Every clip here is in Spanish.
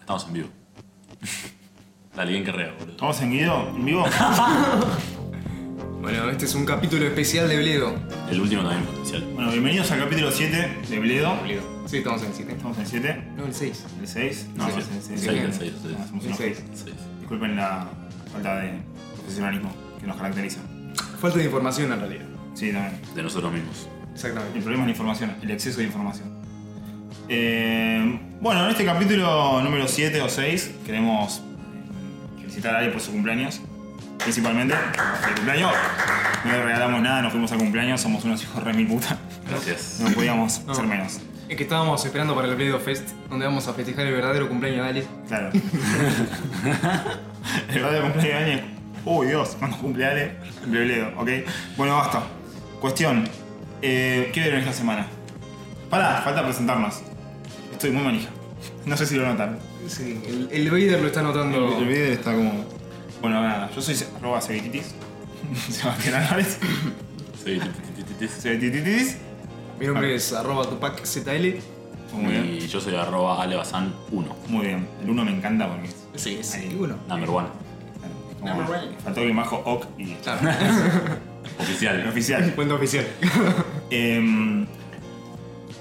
Estamos en vivo. Dale, bien que rea, boludo. ¿Estamos en Guido? ¿En vivo? Bueno, este es un capítulo especial de Bledo. El último también potencial. bueno, bienvenidos al capítulo 7 de Bledo. Sí, estamos en el 7. Estamos en el 7. No, el 6. ¿El 6? No, Sí. estamos en el 6. Seis, bien. el seis, el seis. Hacemos El una- 6. Seis. Disculpen la falta de profesionalismo que nos caracteriza. Falta de información en realidad. Sí, también. De nosotros mismos. El Exactamente. problema es la información, el exceso de información. Eh, bueno, en este capítulo número 7 o 6 queremos eh, felicitar a alguien por su cumpleaños. Principalmente, el cumpleaños. No le regalamos nada, no fuimos a cumpleaños, somos unos hijos re mil puta. Gracias. No podíamos No. ser menos. Es que estábamos esperando para el Bledo Fest, donde vamos a festejar el verdadero cumpleaños de Ale. Claro. el radio cumpleaños. Uy, Dios, cuando cumple Ale, cumple Bledo, ¿ok? Bueno, basta. Cuestión. Eh, ¿Qué vieron esta semana? Pará, falta presentarnos. Estoy muy manija. No sé si lo notan. Sí, el, el Vader lo está notando. El video está como... Bueno, nada, yo soy se- arroba Sebititis. Sebastián Álvarez. Sí, ti, ti, ti, ti, ti. Sebititis. Mi nombre es arroba Tupac ZL. Muy bien. Y yo soy arroba alebazan 1. Muy bien. El uno me encanta porque es... Sí, es Ahí. el uno. Number one. claro, Number como- one. Faltó que majo ok y... Claro. Oficial. Oficial. Cuenta oficial. Em,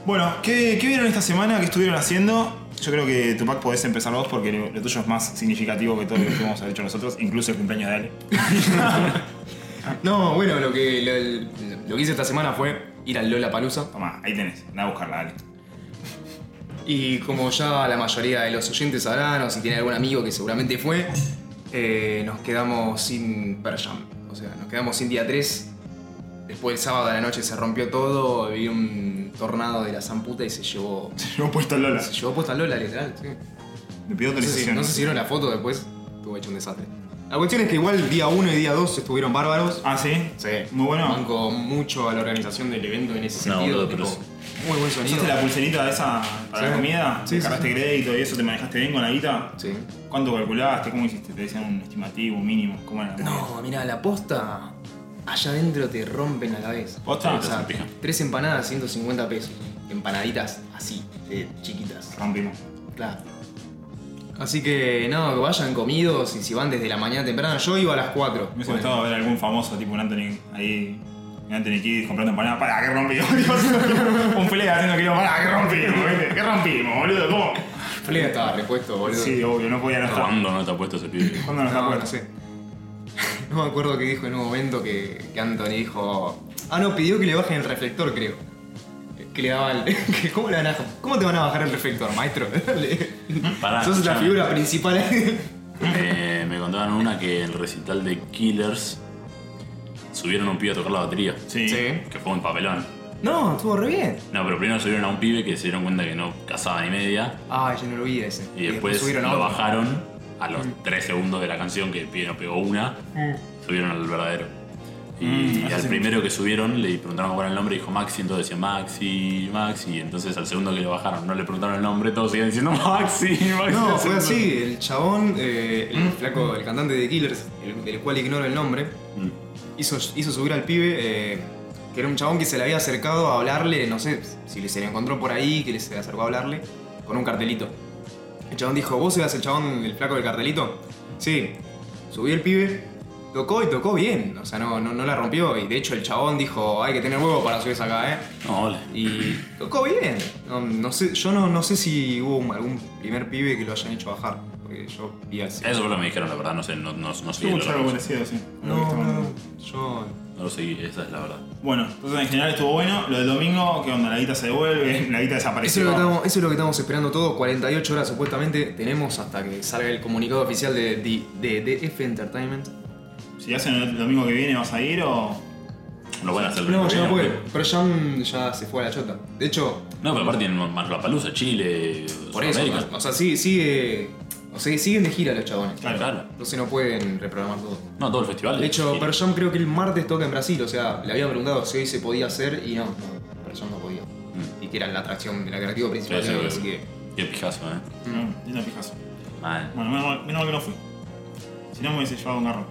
bueno, ¿qué, qué vieron esta semana? ¿Qué estuvieron haciendo? Yo creo que Tupac podés empezar vos porque lo, lo tuyo es más significativo que todo lo que hemos hecho nosotros, incluso el cumpleaños de Ale. No, bueno, lo que, lo, lo que hice esta semana fue ir al Lola Palusa. Tomá, ahí tenés, anda a buscarla, Ale. Y como ya la mayoría de los oyentes sabrán, o si tiene algún amigo que seguramente fue, eh, nos quedamos sin Pearl Jam. O sea, nos quedamos sin día 3. Después el sábado a la noche se rompió todo, vi un tornado de la zamputa y se llevó. Se lo he puesto a Lola. Se llevó puesta Lola, literal. sí. Me pidió No sé, si, autorización. no sé si vieron la foto después, estuvo hecho un desastre. La cuestión es que igual día 1 y día 2 estuvieron bárbaros. Ah, ¿sí? Sí. Muy bueno. Banco mucho a la organización del evento en ese No, sentido. boludo, pero tipo, muy buen sonido. ¿Usaste la pulserita esa para Sí. la comida? Sí, sí, ¿Cargaste sí. crédito y eso? ¿Te manejaste bien con la guita? Sí. ¿Cuánto calculaste? ¿Cómo hiciste? ¿Te decían un estimativo, un mínimo? ¿Cómo era la movida? No, mira, la posta allá adentro te rompen a la vez. ¿Posta? O sea, Sí, pija. tres empanadas, 150 pesos. Empanaditas así, de chiquitas. Rompimos. Claro. Así que, no, que vayan comidos y si van desde la mañana temprana. Yo iba a las 4. Me hubiese gustado ver algún famoso, tipo un Anthony ahí, un Anthony Kidd comprando empanadas, para que rompimos, Tipo, haciendo- un pelea haciendo que yo, para que rompimos, ¿viste? que rompimos, boludo, ¿cómo? Flea estaba repuesto, boludo. Ah. Sí, obvio, no podía no estar. ¿Cuándo no te ha puesto ese pibe? ¿Cuándo nos No, acuerdas? no sé. No me acuerdo qué dijo en un momento que, que Anthony dijo. Ah, no, pidió que le bajen el reflector, creo. Que le daban. que ¿Cómo, le van a, ¿Cómo te van a bajar el reflector, maestro? Dale. Pará, Sos la Ah, escuchame. figura principal. Me, me contaban una que en el recital de Killers subieron a un pibe a tocar la batería. Sí. Sí. Que fue un papelón. no, estuvo re bien. No, pero primero subieron a un pibe que se dieron cuenta que no cazaba ni media. Ah, yo no lo vi ese. Y después pues subieron a lo otro. bajaron a los 3 segundos de la canción que el pibe no pegó una. Subieron al verdadero. Y, Mm, al así primero que subieron le preguntaron cuál era el nombre y dijo Maxi, entonces decía Maxi, Maxi. Y entonces al segundo que lo bajaron no le preguntaron el nombre, todos siguen diciendo Maxi, Maxi. No, al segundo. fue así. El chabón, eh, el flaco, el cantante de Killers, el- del cual ignoro el nombre, Mm. hizo, hizo subir al pibe, eh, que era un chabón que se le había acercado a hablarle, no sé si se le encontró por ahí, que le- se le acercó a hablarle, con un cartelito. El chabón dijo, ¿vos eras el chabón, el flaco del cartelito? Sí. Subí el pibe, tocó y tocó bien, o sea, no, no, no la rompió. Y de hecho el chabón dijo, hay que tener huevo para subirse acá, ¿eh? No, hola. Y tocó bien. No, no sé, yo no, no sé si hubo un- algún primer pibe que lo hayan hecho bajar, porque yo vi así. Eso fue lo que me dijeron, la verdad, no sé, no, no, no seguí Estuvo el mucho algo orden. parecido, sí. Lo que No, estaba- no, yo... No lo seguí, esa es la verdad. Bueno, entonces en general estuvo bueno. Lo del domingo, que onda, la guita se devuelve, la guita Eso desapareció. es, lo que estamos, eso es lo que estamos esperando todos, 48 horas supuestamente tenemos hasta que salga el comunicado oficial de, de, de- de DF Entertainment. Si hacen el domingo que viene, ¿vas a ir o...? Lo van a hacer el No, domingo ya no que viene, puede, pero ya, ya se fue a la chota. De hecho, ¿no? No, pero aparte tienen más la palusa, Chile, por eso, Sudamérica. o sea, sigue, sigue, o sea, siguen de gira los chabones. Claro. Claro. Entonces no pueden reprogramar todo. No, todo el festival. De hecho, Sí. Pearl Jam creo que el martes toca en Brasil, o sea, le habían preguntado si hoy se podía hacer y no, no Pearl Jam no podía. Mm. Y que era la atracción, el atractivo principal, Sí, sí, así sí. que... Qué pijazo, eh. Mm. No, es una pijazo. Mal. Bueno, menos mal, menos mal que no fui. Si no, me hubiese llevado un garro.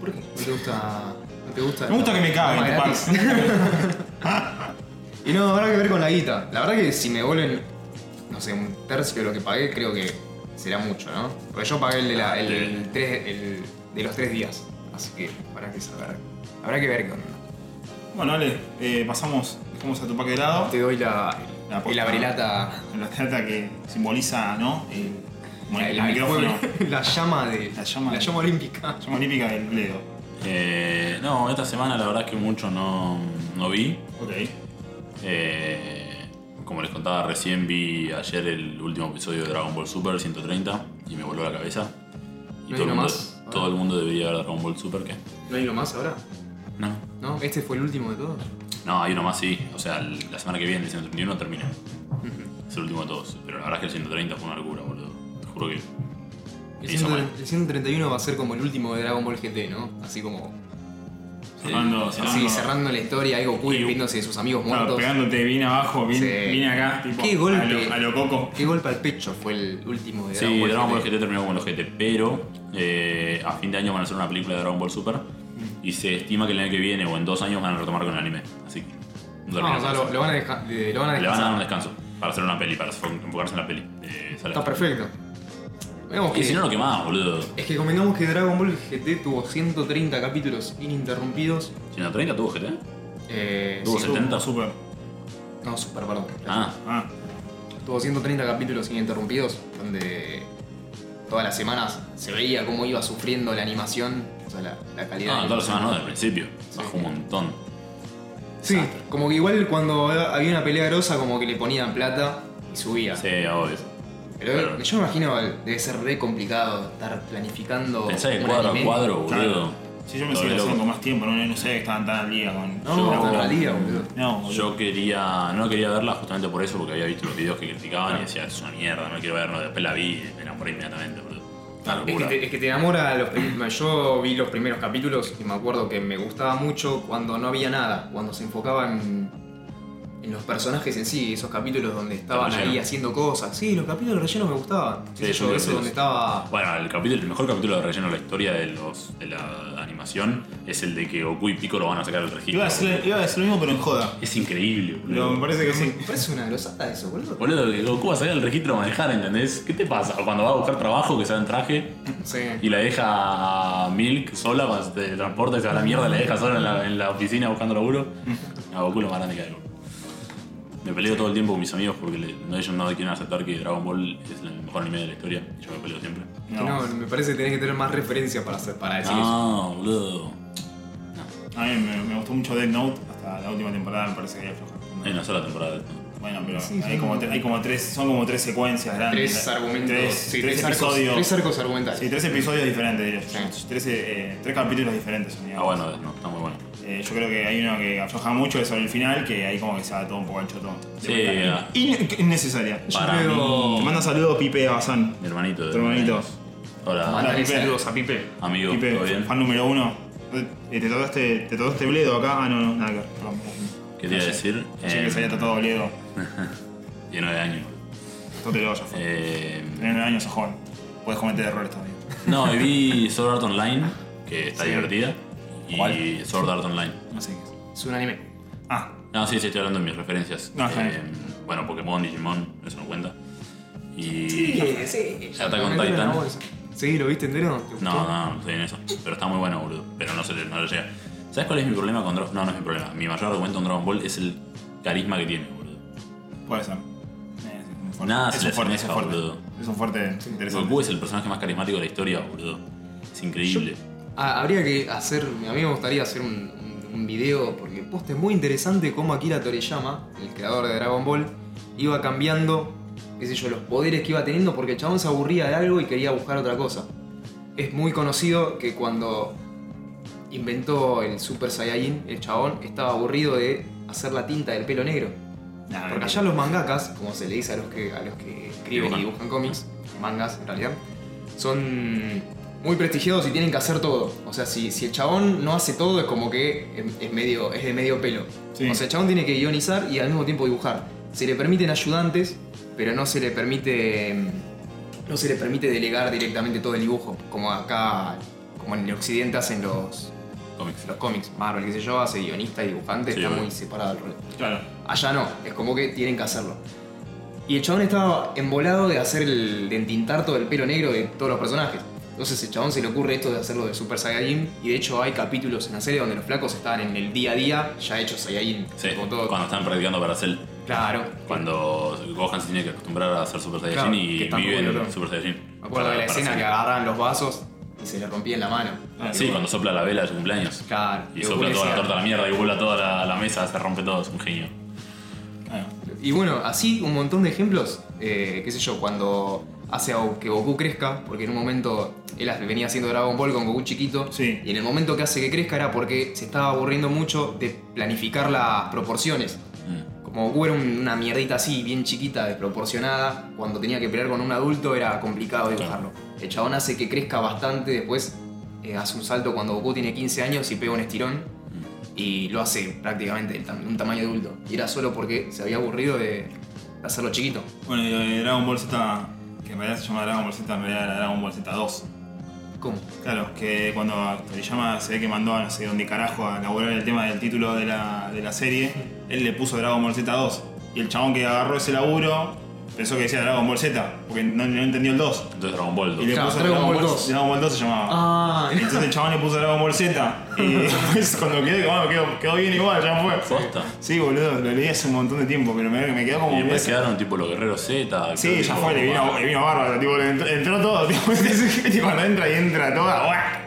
¿Por qué? ¿No te gusta...? ¿No te gusta? Me gusta que me caguen, Toma, Tupac. gratis. Y no, habrá que ver con la guita. La verdad que si me vuelven, no sé, un tercio de lo que pagué, creo que será mucho, ¿no? Porque yo pagué el de, la- el, Sí. el tres- el de los tres días. Así que habrá que saber. Habrá que ver qué onda. Bueno, Ale, eh, pasamos, dejamos a Tupac de lado. Te doy la, La posta. el abrilata. La trata que simboliza, ¿no? El, como el la- la- micrófono. La llama de. La llama de- olímpica. Llama olímpica del Bledo. Eh, no, esta semana la verdad es que mucho no, no vi. Ok. Eh, como les contaba recién, vi ayer el último episodio de Dragon Ball Super 130 y me voló la cabeza. Y todo ¿No hay el, uno mundo, más? todo el mundo debería ver Dragon Ball Super, ¿qué? ¿No hay uno más ahora? No. ¿No? ¿Este fue el último de todos? No, hay uno más, sí. O sea, el- la semana que viene, el 131 termina. Es el último de todos. Pero la verdad es que el 130 fue una locura, boludo. Te juro que. El, Hizo 100 mal. el 131 va a ser como el último de Dragon Ball GT, ¿no? Así como. Cerrando, Sí, cerrando. Así cerrando la historia, algo cool, Y un- viéndose de sus amigos Claro, muertos. pegándote bien abajo, bien, Sí. bien acá. Tipo, Qué golpe. A lo, a lo coco. Qué golpe al pecho fue el último de Dragon Sí, Ball Dragon Ball GT. GT terminó como el GT, pero eh, a fin de año van a hacer una película de Dragon Ball Super y se estima que el año que viene o en dos años van a retomar con el anime. Así que. no No, terminamos o sea, Ah, lo, eso. lo van a dejar. de- Lo van a Le van a dejar. dar un descanso para hacer una peli, para enfo- enfocarse en la peli. Eh, sale. Está perfecto. Veamos Y que. si no lo quemás, boludo. Es que comentamos que Dragon Ball GT tuvo 130 capítulos ininterrumpidos. Si no, 30 tuvo GT. Eh, Tuvo sí, 70. Super. No, super, perdón. Ah, Ah, Tuvo 130 capítulos ininterrumpidos, donde todas las semanas se veía cómo iba sufriendo la animación, o sea, la, la calidad. no, de todas las animación. semanas no, del principio. Sí. Bajó un montón. Sí, como que igual cuando había una pelea grosa, como que le ponían plata y subía. Sí, obvio. Pero claro. yo me imagino debe ser re complicado estar planificando. Pensá que Oh, un cuadro a anime. cuadro, boludo. claro. Si yo me Todo sigo loco. haciendo con más tiempo, no, no sé que estaban tan al día con. No, Yo- no, al día, boludo. No, boludo. Yo quería, no quería verla justamente por eso, porque había visto los videos que criticaban y decía, es una mierda, no quiero verlo. Después la vi y me enamoré inmediatamente, boludo. Una Es que, este, locura. te, es que te enamora los prim- Yo vi los primeros capítulos y me acuerdo que me gustaba mucho cuando no había nada, cuando se enfocaban en, en los personajes en sí, esos capítulos donde estaban relleno. ahí haciendo cosas. Sí, los capítulos rellenos me gustaban. Sí, Qué sé son yo, muy eso divertidos. donde estaba. Bueno, el, capítulo, el mejor capítulo de relleno de la historia de, los, de la animación es el de que Goku y Pico lo van a sacar del registro. Iba a, decir, iba a decir lo mismo, pero en joda. Es increíble, Pero me boludo. parece que sí. Me parece una grosada eso, boludo. Boludo, que Goku va a sacar el registro a manejar, ¿entendés? ¿Qué te pasa? O Cuando va a buscar trabajo, que sale en traje Sí. y la deja a Milk sola, cuando se transporta y se va a la mierda, la deja sola en la, en la oficina buscando laburo. A Goku lo más grande que hay, boludo. Me peleo todo el tiempo con mis amigos porque le- no, ellos no quieren aceptar que Dragon Ball es el mejor anime de la historia. y Yo me peleo siempre. Que No, me parece que tenés que tener más referencias para, hacer, para decir eso. No, boludo. A mí me, me gustó mucho Death Note, hasta la última temporada me parece que hay floja. Hay una sola temporada. ¿no? Bueno, pero Sí, hay, son- como tre- hay como tres, son como tres secuencias grandes. Tres argumentos. Tres, sí, tres arcos, episodios. tres arcos argumentales. sí, tres episodios diferentes, diría yo. Sí. Tres, eh, tres capítulos diferentes son, Ah, digamos. bueno, no, está muy bueno. Eh, yo creo que hay uno que afloja mucho, es sobre el final, que ahí como que se va todo un poco al chotón. Sí, De manera ah. in- in- innecesaria. Yo para creo- mí- Te manda saludos Pipe Bazán. Mi hermanito. de Tu hermanito. Hola, Hola. Mandale a Pipe. Amigo, Pipe, ¿todo bien? fan número uno. Eh, ¿Te trataste, te trataste bledo acá? Ah, no, no, nada que ver. Perdón. ¿qué te iba a decir? Pensé que se había tratado bledo. 19 años. No te lo vayas, fue. Eh, Tenés nueve años, joven. Puedes cometer errores todavía. no, y vi Sword Art Online, que está Sí. divertida. Y ¿Cuál? Sword Art Online. No sé qué es. Es un anime. Ah, No, sí, sí, estoy hablando de mis referencias. No, está Eh, bueno, Pokémon, Digimon, eso no cuenta. Y. sí. Ya está con Titan. Sí, ¿lo viste entero? ¿Te gustó? No, no, no estoy en eso. Pero está muy bueno, boludo. Pero no se le, no le llega. ¿Sabes cuál es mi problema con Dragon No, no es mi problema. Mi mayor argumento con Dragon Ball es el carisma que tiene, boludo. puede ser. Eh, es un fuerte. Nada es se un le fuerte, es un asemeja, fuerte. boludo. Es un fuerte interesante. Goku es el personaje más carismático de la historia, boludo. Es increíble. Ah, habría que hacer, a mí me gustaría hacer un, un- un video, porque post es muy interesante cómo Akira Toriyama, el creador de Dragon Ball, iba cambiando, qué sé yo, los poderes que iba teniendo, porque el chabón se aburría de algo y quería buscar otra cosa. Es muy conocido que cuando inventó el Super Saiyajin, el chabón estaba aburrido de hacer la tinta del pelo negro. Nah, Porque allá los mangakas, como se le dice a los que, a los que escriben Dibujan. y dibujan cómics, mangas en realidad, son muy prestigiados y tienen que hacer todo. O sea, si, si el chabón no hace todo es como que es, es medio, es de medio pelo. Sí. O sea, el chabón tiene que guionizar y al mismo tiempo dibujar. Se le permiten ayudantes, pero no se le permite. mm, No se le permite delegar directamente todo el dibujo, como acá, como en el occidente hacen los, Cómics. los cómics. Marvel, qué sé yo, hace guionista y dibujante, Sí, está obvio. muy separado el rol. Claro. Allá no, es como que tienen que hacerlo. Y el chabón estaba embolado de hacer el. de entintar todo el pelo negro de todos los personajes. Entonces el chabón se le ocurre esto de hacerlo de Super Saiyajin. Y de hecho hay capítulos en la serie donde los flacos estaban en el día a día ya hechos Saiyajin. Sí, como todo. cuando están practicando para hacer. Claro. Cuando Gohan se tiene que acostumbrar a hacer Super Saiyajin Claro, que y está vive muy en loco. Super Saiyajin. Me acuerdo Para- de para la escena hacer- que agarraban los vasos y se le rompía en la mano. Ah, Sí, cuando sopla la vela de su cumpleaños. Claro. Y Goku sopla le toda la decía- torta a la mierda y vuela toda la, la mesa, se rompe todo, es un genio. Ah, Y bueno, así un montón de ejemplos, eh, qué sé yo, cuando hace a que Goku crezca, porque en un momento él venía haciendo Dragon Ball con Goku chiquito, Sí. y en el momento que hace que crezca era porque se estaba aburriendo mucho de planificar las proporciones. Mm. Como Goku era un- una mierdita así, bien chiquita, desproporcionada, cuando tenía que pelear con un adulto era complicado dibujarlo. El chabón hace que crezca bastante, después eh, hace un salto cuando Goku tiene 15 años y pega un estirón Mm. y lo hace prácticamente del tam- un tamaño adulto. Y era solo porque se había aburrido de hacerlo chiquito. Bueno, y eh, Dragon Ball Z, que en realidad se llama Dragon Ball Z, en realidad era Dragon Ball Z 2. ¿Cómo? Claro, que cuando Toriyama se ve que mandó a no sé dónde carajo a elaborar el tema del título de la, de la serie, él le puso Dragon Ball Z 2. Y el chabón que agarró ese laburo pensó que decía Dragon Ball Z, porque no, no entendió el 2. Entonces Dragon Ball Y le Claro, puso Dragon Ball 2. Dragon Ball 2 se llamaba. Ah, Y Entonces el chabón le puso Dragon Ball Z. Y después cuando quedé, bueno, quedó, quedó bien igual, ya fue. Posta. Sí, boludo, lo leí hace un montón de tiempo, pero me, me quedó como. Y después quedaron tipo los guerreros Z. Sí, creo, ya tipo, fue, le vino, le vino bárbaro, tipo, le entró, entró todo, tipo, y cuando entra y entra toda, No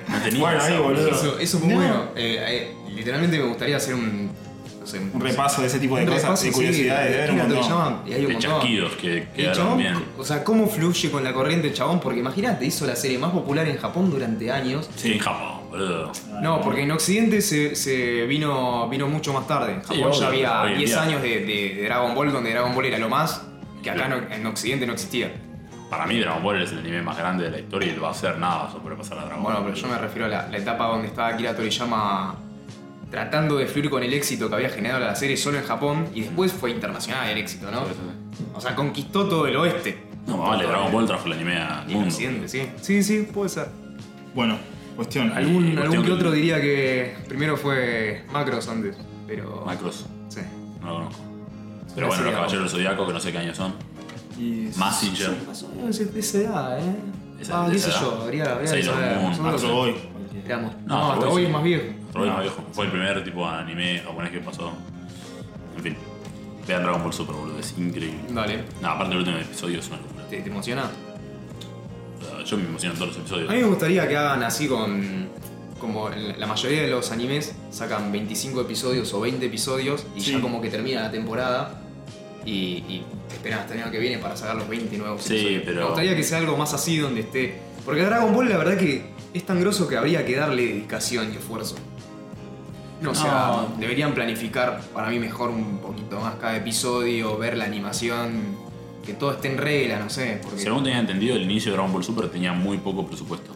¡guau! tenía Bueno, esa, ahí, boludo. boludo. eso, eso es muy No, bueno. Eh, eh, literalmente me gustaría hacer un. No sé, Un repaso de ese tipo de un cosas, repaso, de sí, curiosidades, de de, ver un Akira montón. Toriyama, y hay un De montón. chasquidos que Y el quedaron chabón, bien. o sea, cómo fluye con la corriente el chabón, porque imagínate, hizo la serie más popular en Japón durante años. Sí, en Japón, boludo. No, porque en Occidente se, se vino, vino mucho más tarde. En Sí, Japón obvio, ya hoy en había 10 día. años de, de- de Dragon Ball, donde Dragon Ball era lo más, que acá no- en Occidente no existía. Para mí Dragon Ball es el anime más grande de la historia y lo va a hacer nada, va a sobrepasar a Dragon Bueno, Ball. pero yo me refiero a la, la etapa donde estaba Akira Toriyama tratando de fluir con el éxito que había generado la serie solo en Japón y después fue internacional el éxito, ¿no? Sí, sí, O sea, conquistó todo el oeste. No, más vale, Dragon Ball trajo el anime al Y el mundo. occidente, sí. Sí, sí, puede ser. Bueno, cuestión. Ahí. Algún, cuestión algún que que- otro diría que primero fue Macros antes, pero... Macros, Sí. no lo conozco. Pero Una bueno, serie los de Caballeros del Zodiaco, que no sé qué años son. Y- Massinger, Más o menos de esa edad, ¿eh? Esa- ah, de qué esa sé edad. yo, habría, habría que Sailor saber. Moon, Nosotros Astro Boy. éramos- No, Astro hasta Boy hoy sí. es más viejo. Robin No. más viejo. Fue el primer tipo de anime japonés que pasó. En fin, vean Dragon Ball Super, boludo, es increíble. Dale. No, aparte el último episodio es una locura. ¿Te, te emociona? O sea, Yo me emociono en todos los A mí episodios. me gustaría que hagan así con. Como en la mayoría de los animes sacan 25 episodios o 20 episodios y Sí. ya como que termina la temporada y, y te esperan hasta el año que viene para sacar los 20 nuevos Sí, episodios. pero- Me gustaría que sea algo más así donde esté. Porque Dragon Ball la verdad que es tan grosso que habría que darle dedicación y esfuerzo. No, o sea, No. deberían planificar para mí mejor un poquito más cada episodio, ver la animación, que todo esté en regla, no sé. Porque... Según tenía entendido, el inicio de Dragon Ball Super tenía muy poco presupuesto.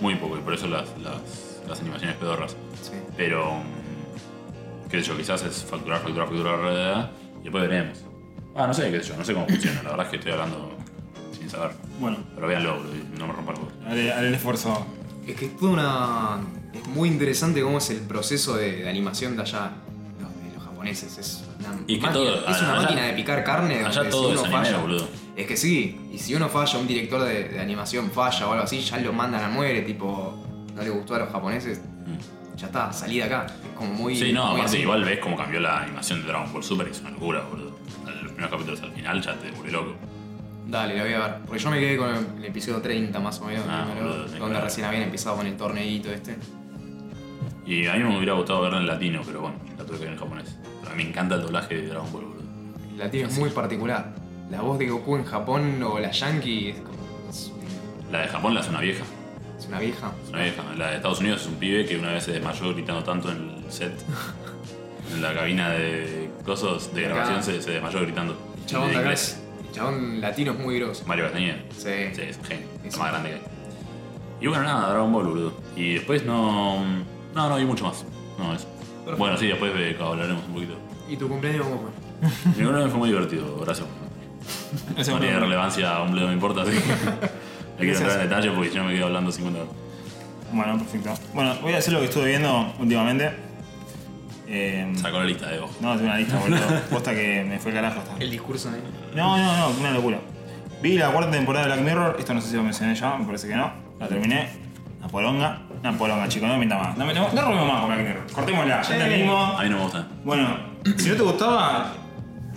Muy poco, y por eso las, las, las animaciones pedorras. Sí. Pero. mm, qué sé yo, quizás es facturar, facturar, facturar, bla, bla, bla, y después veremos. Ah, no sé, qué sé yo, no sé cómo funciona. La verdad es que estoy hablando sin saber. Bueno, Pero véanlo, boludo, y no me rompan el huevo. haré, haré el esfuerzo. Es que es toda una. Es muy interesante cómo es el proceso de, de animación de allá, los, de los japoneses. Es una, Y que máquina, todo- es una allá- máquina de picar carne. allá donde todo es anime, boludo. Es que sí, y si uno falla, un director de, de animación falla o algo así, ya lo mandan a muere, tipo. No le gustó a los japoneses, Mm. ya está, salí de acá. Es como muy. Sí, no, muy aparte así. igual ves cómo cambió la animación de Dragon Ball Super, que es una locura, boludo. Los primeros capítulos al final ya te vuelve loco. Dale, la voy a ver. Porque yo me quedé con el, el episodio 30 más o menos, Ah, primero, boludo, tenés que donde ver. recién habían empezado con el torneito este. Y a mí me hubiera gustado verla en latino, pero bueno, la tuve que ver en japonés. Pero a mí me encanta el doblaje de Dragon Ball, boludo. El latino es muy particular. La voz de Goku en Japón o la Yankee es como. es La de Japón la hace una vieja. Es una vieja. Es una vieja. La de Estados Unidos es un pibe que una vez se desmayó gritando tanto en el set. En la cabina de cosas de Acá. grabación se, se desmayó gritando. El chabón En de acá inglés. es- El chabón latino es muy grosso. Mario Castañeda. Sí. Sí, es un genio. Es Es un- más grande que hay. Y bueno, nada, Dragon Ball, boludo. Y después no. No, no vi mucho más. No, eso. Bueno, sí, después eh, hablaremos un poquito. ¿Y tu cumpleaños cómo fue? Mi cumpleaños fue muy divertido, gracias. Ese No tiene momento. relevancia, hombre, no me importa, así que. No quiero entrar en detalle porque si no me quedo hablando 50 horas. Bueno, perfecto. Bueno, voy a decir lo que estuve viendo últimamente. Eh, Eh, Sacó la lista de vos. no, tengo una lista, boludo. Posta que me fue el carajo hasta. El discurso ¿eh? ahí. No, no, no, una locura. Vi la cuarta temporada de Black Mirror, esto no sé si lo mencioné ya, me parece que no. La terminé. Una poronga. Una poronga, chicos, no me mientan más. No, me- no, no robemos más con Black Mirror. Cortémosla, ya terminamos. A mí no me gusta. Bueno, si no te gustaba,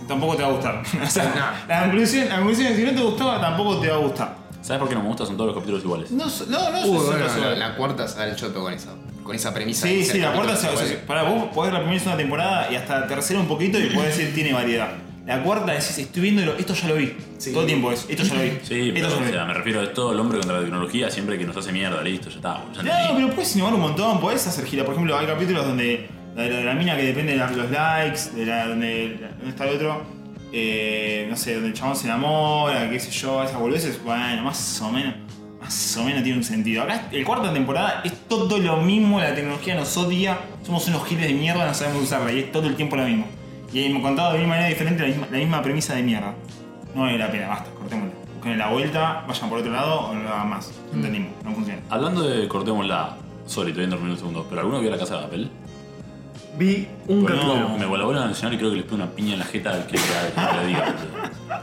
tampoco te va a gustar. O sea, No. la conclusión, la conclusión es, si no te gustaba, tampoco te va a gustar. ¿Sabes por qué no me gusta? Son todos los capítulos iguales. No, so- no, no, Uh, so- bueno, so- la, la cuarta sale el choto con esa, con esa premisa. Sí, de sí, ser la cuarta se, capítulos o sea, iguales. para vos podés ver la primera y segunda temporada y hasta la tercera un poquito y podés decir tiene variedad. La cuarta decís, estoy viendo esto ya lo vi. Sí. Todo el tiempo es, esto ya lo vi. Sí, esto pero ya lo o vi. sea, me refiero a todo el hombre contra la tecnología siempre que nos hace mierda, listo, ya está. boludo, Ya No, entendí. pero puedes innovar un montón, podés hacer gira. Por ejemplo, hay capítulos donde la de la, de la mina que depende de la- los likes, de la donde, la- ¿dónde está el otro, Eh, no sé, donde el chabón se enamora, qué sé yo, esas boludeces, bueno, más o menos, más o menos tiene un sentido. Acá el cuarta temporada es todo lo mismo, la tecnología nos odia, somos unos giles de mierda, no sabemos usarla y es todo el tiempo lo mismo. Y hemos contado de una manera diferente la misma, la misma premisa de mierda. No vale la pena, basta, cortémosla. Busquen la vuelta, vayan por otro lado o no lo hagan más. No Entendimos, no funciona. Hablando de cortémosla. Sorry, te voy a interrumpir un segundo. ¿Pero alguno vio la casa de papel? Vi un Bueno, capítulo. No. Me voló a mencionar y creo que les pego una piña en la jeta al que la- que la diga. boludo.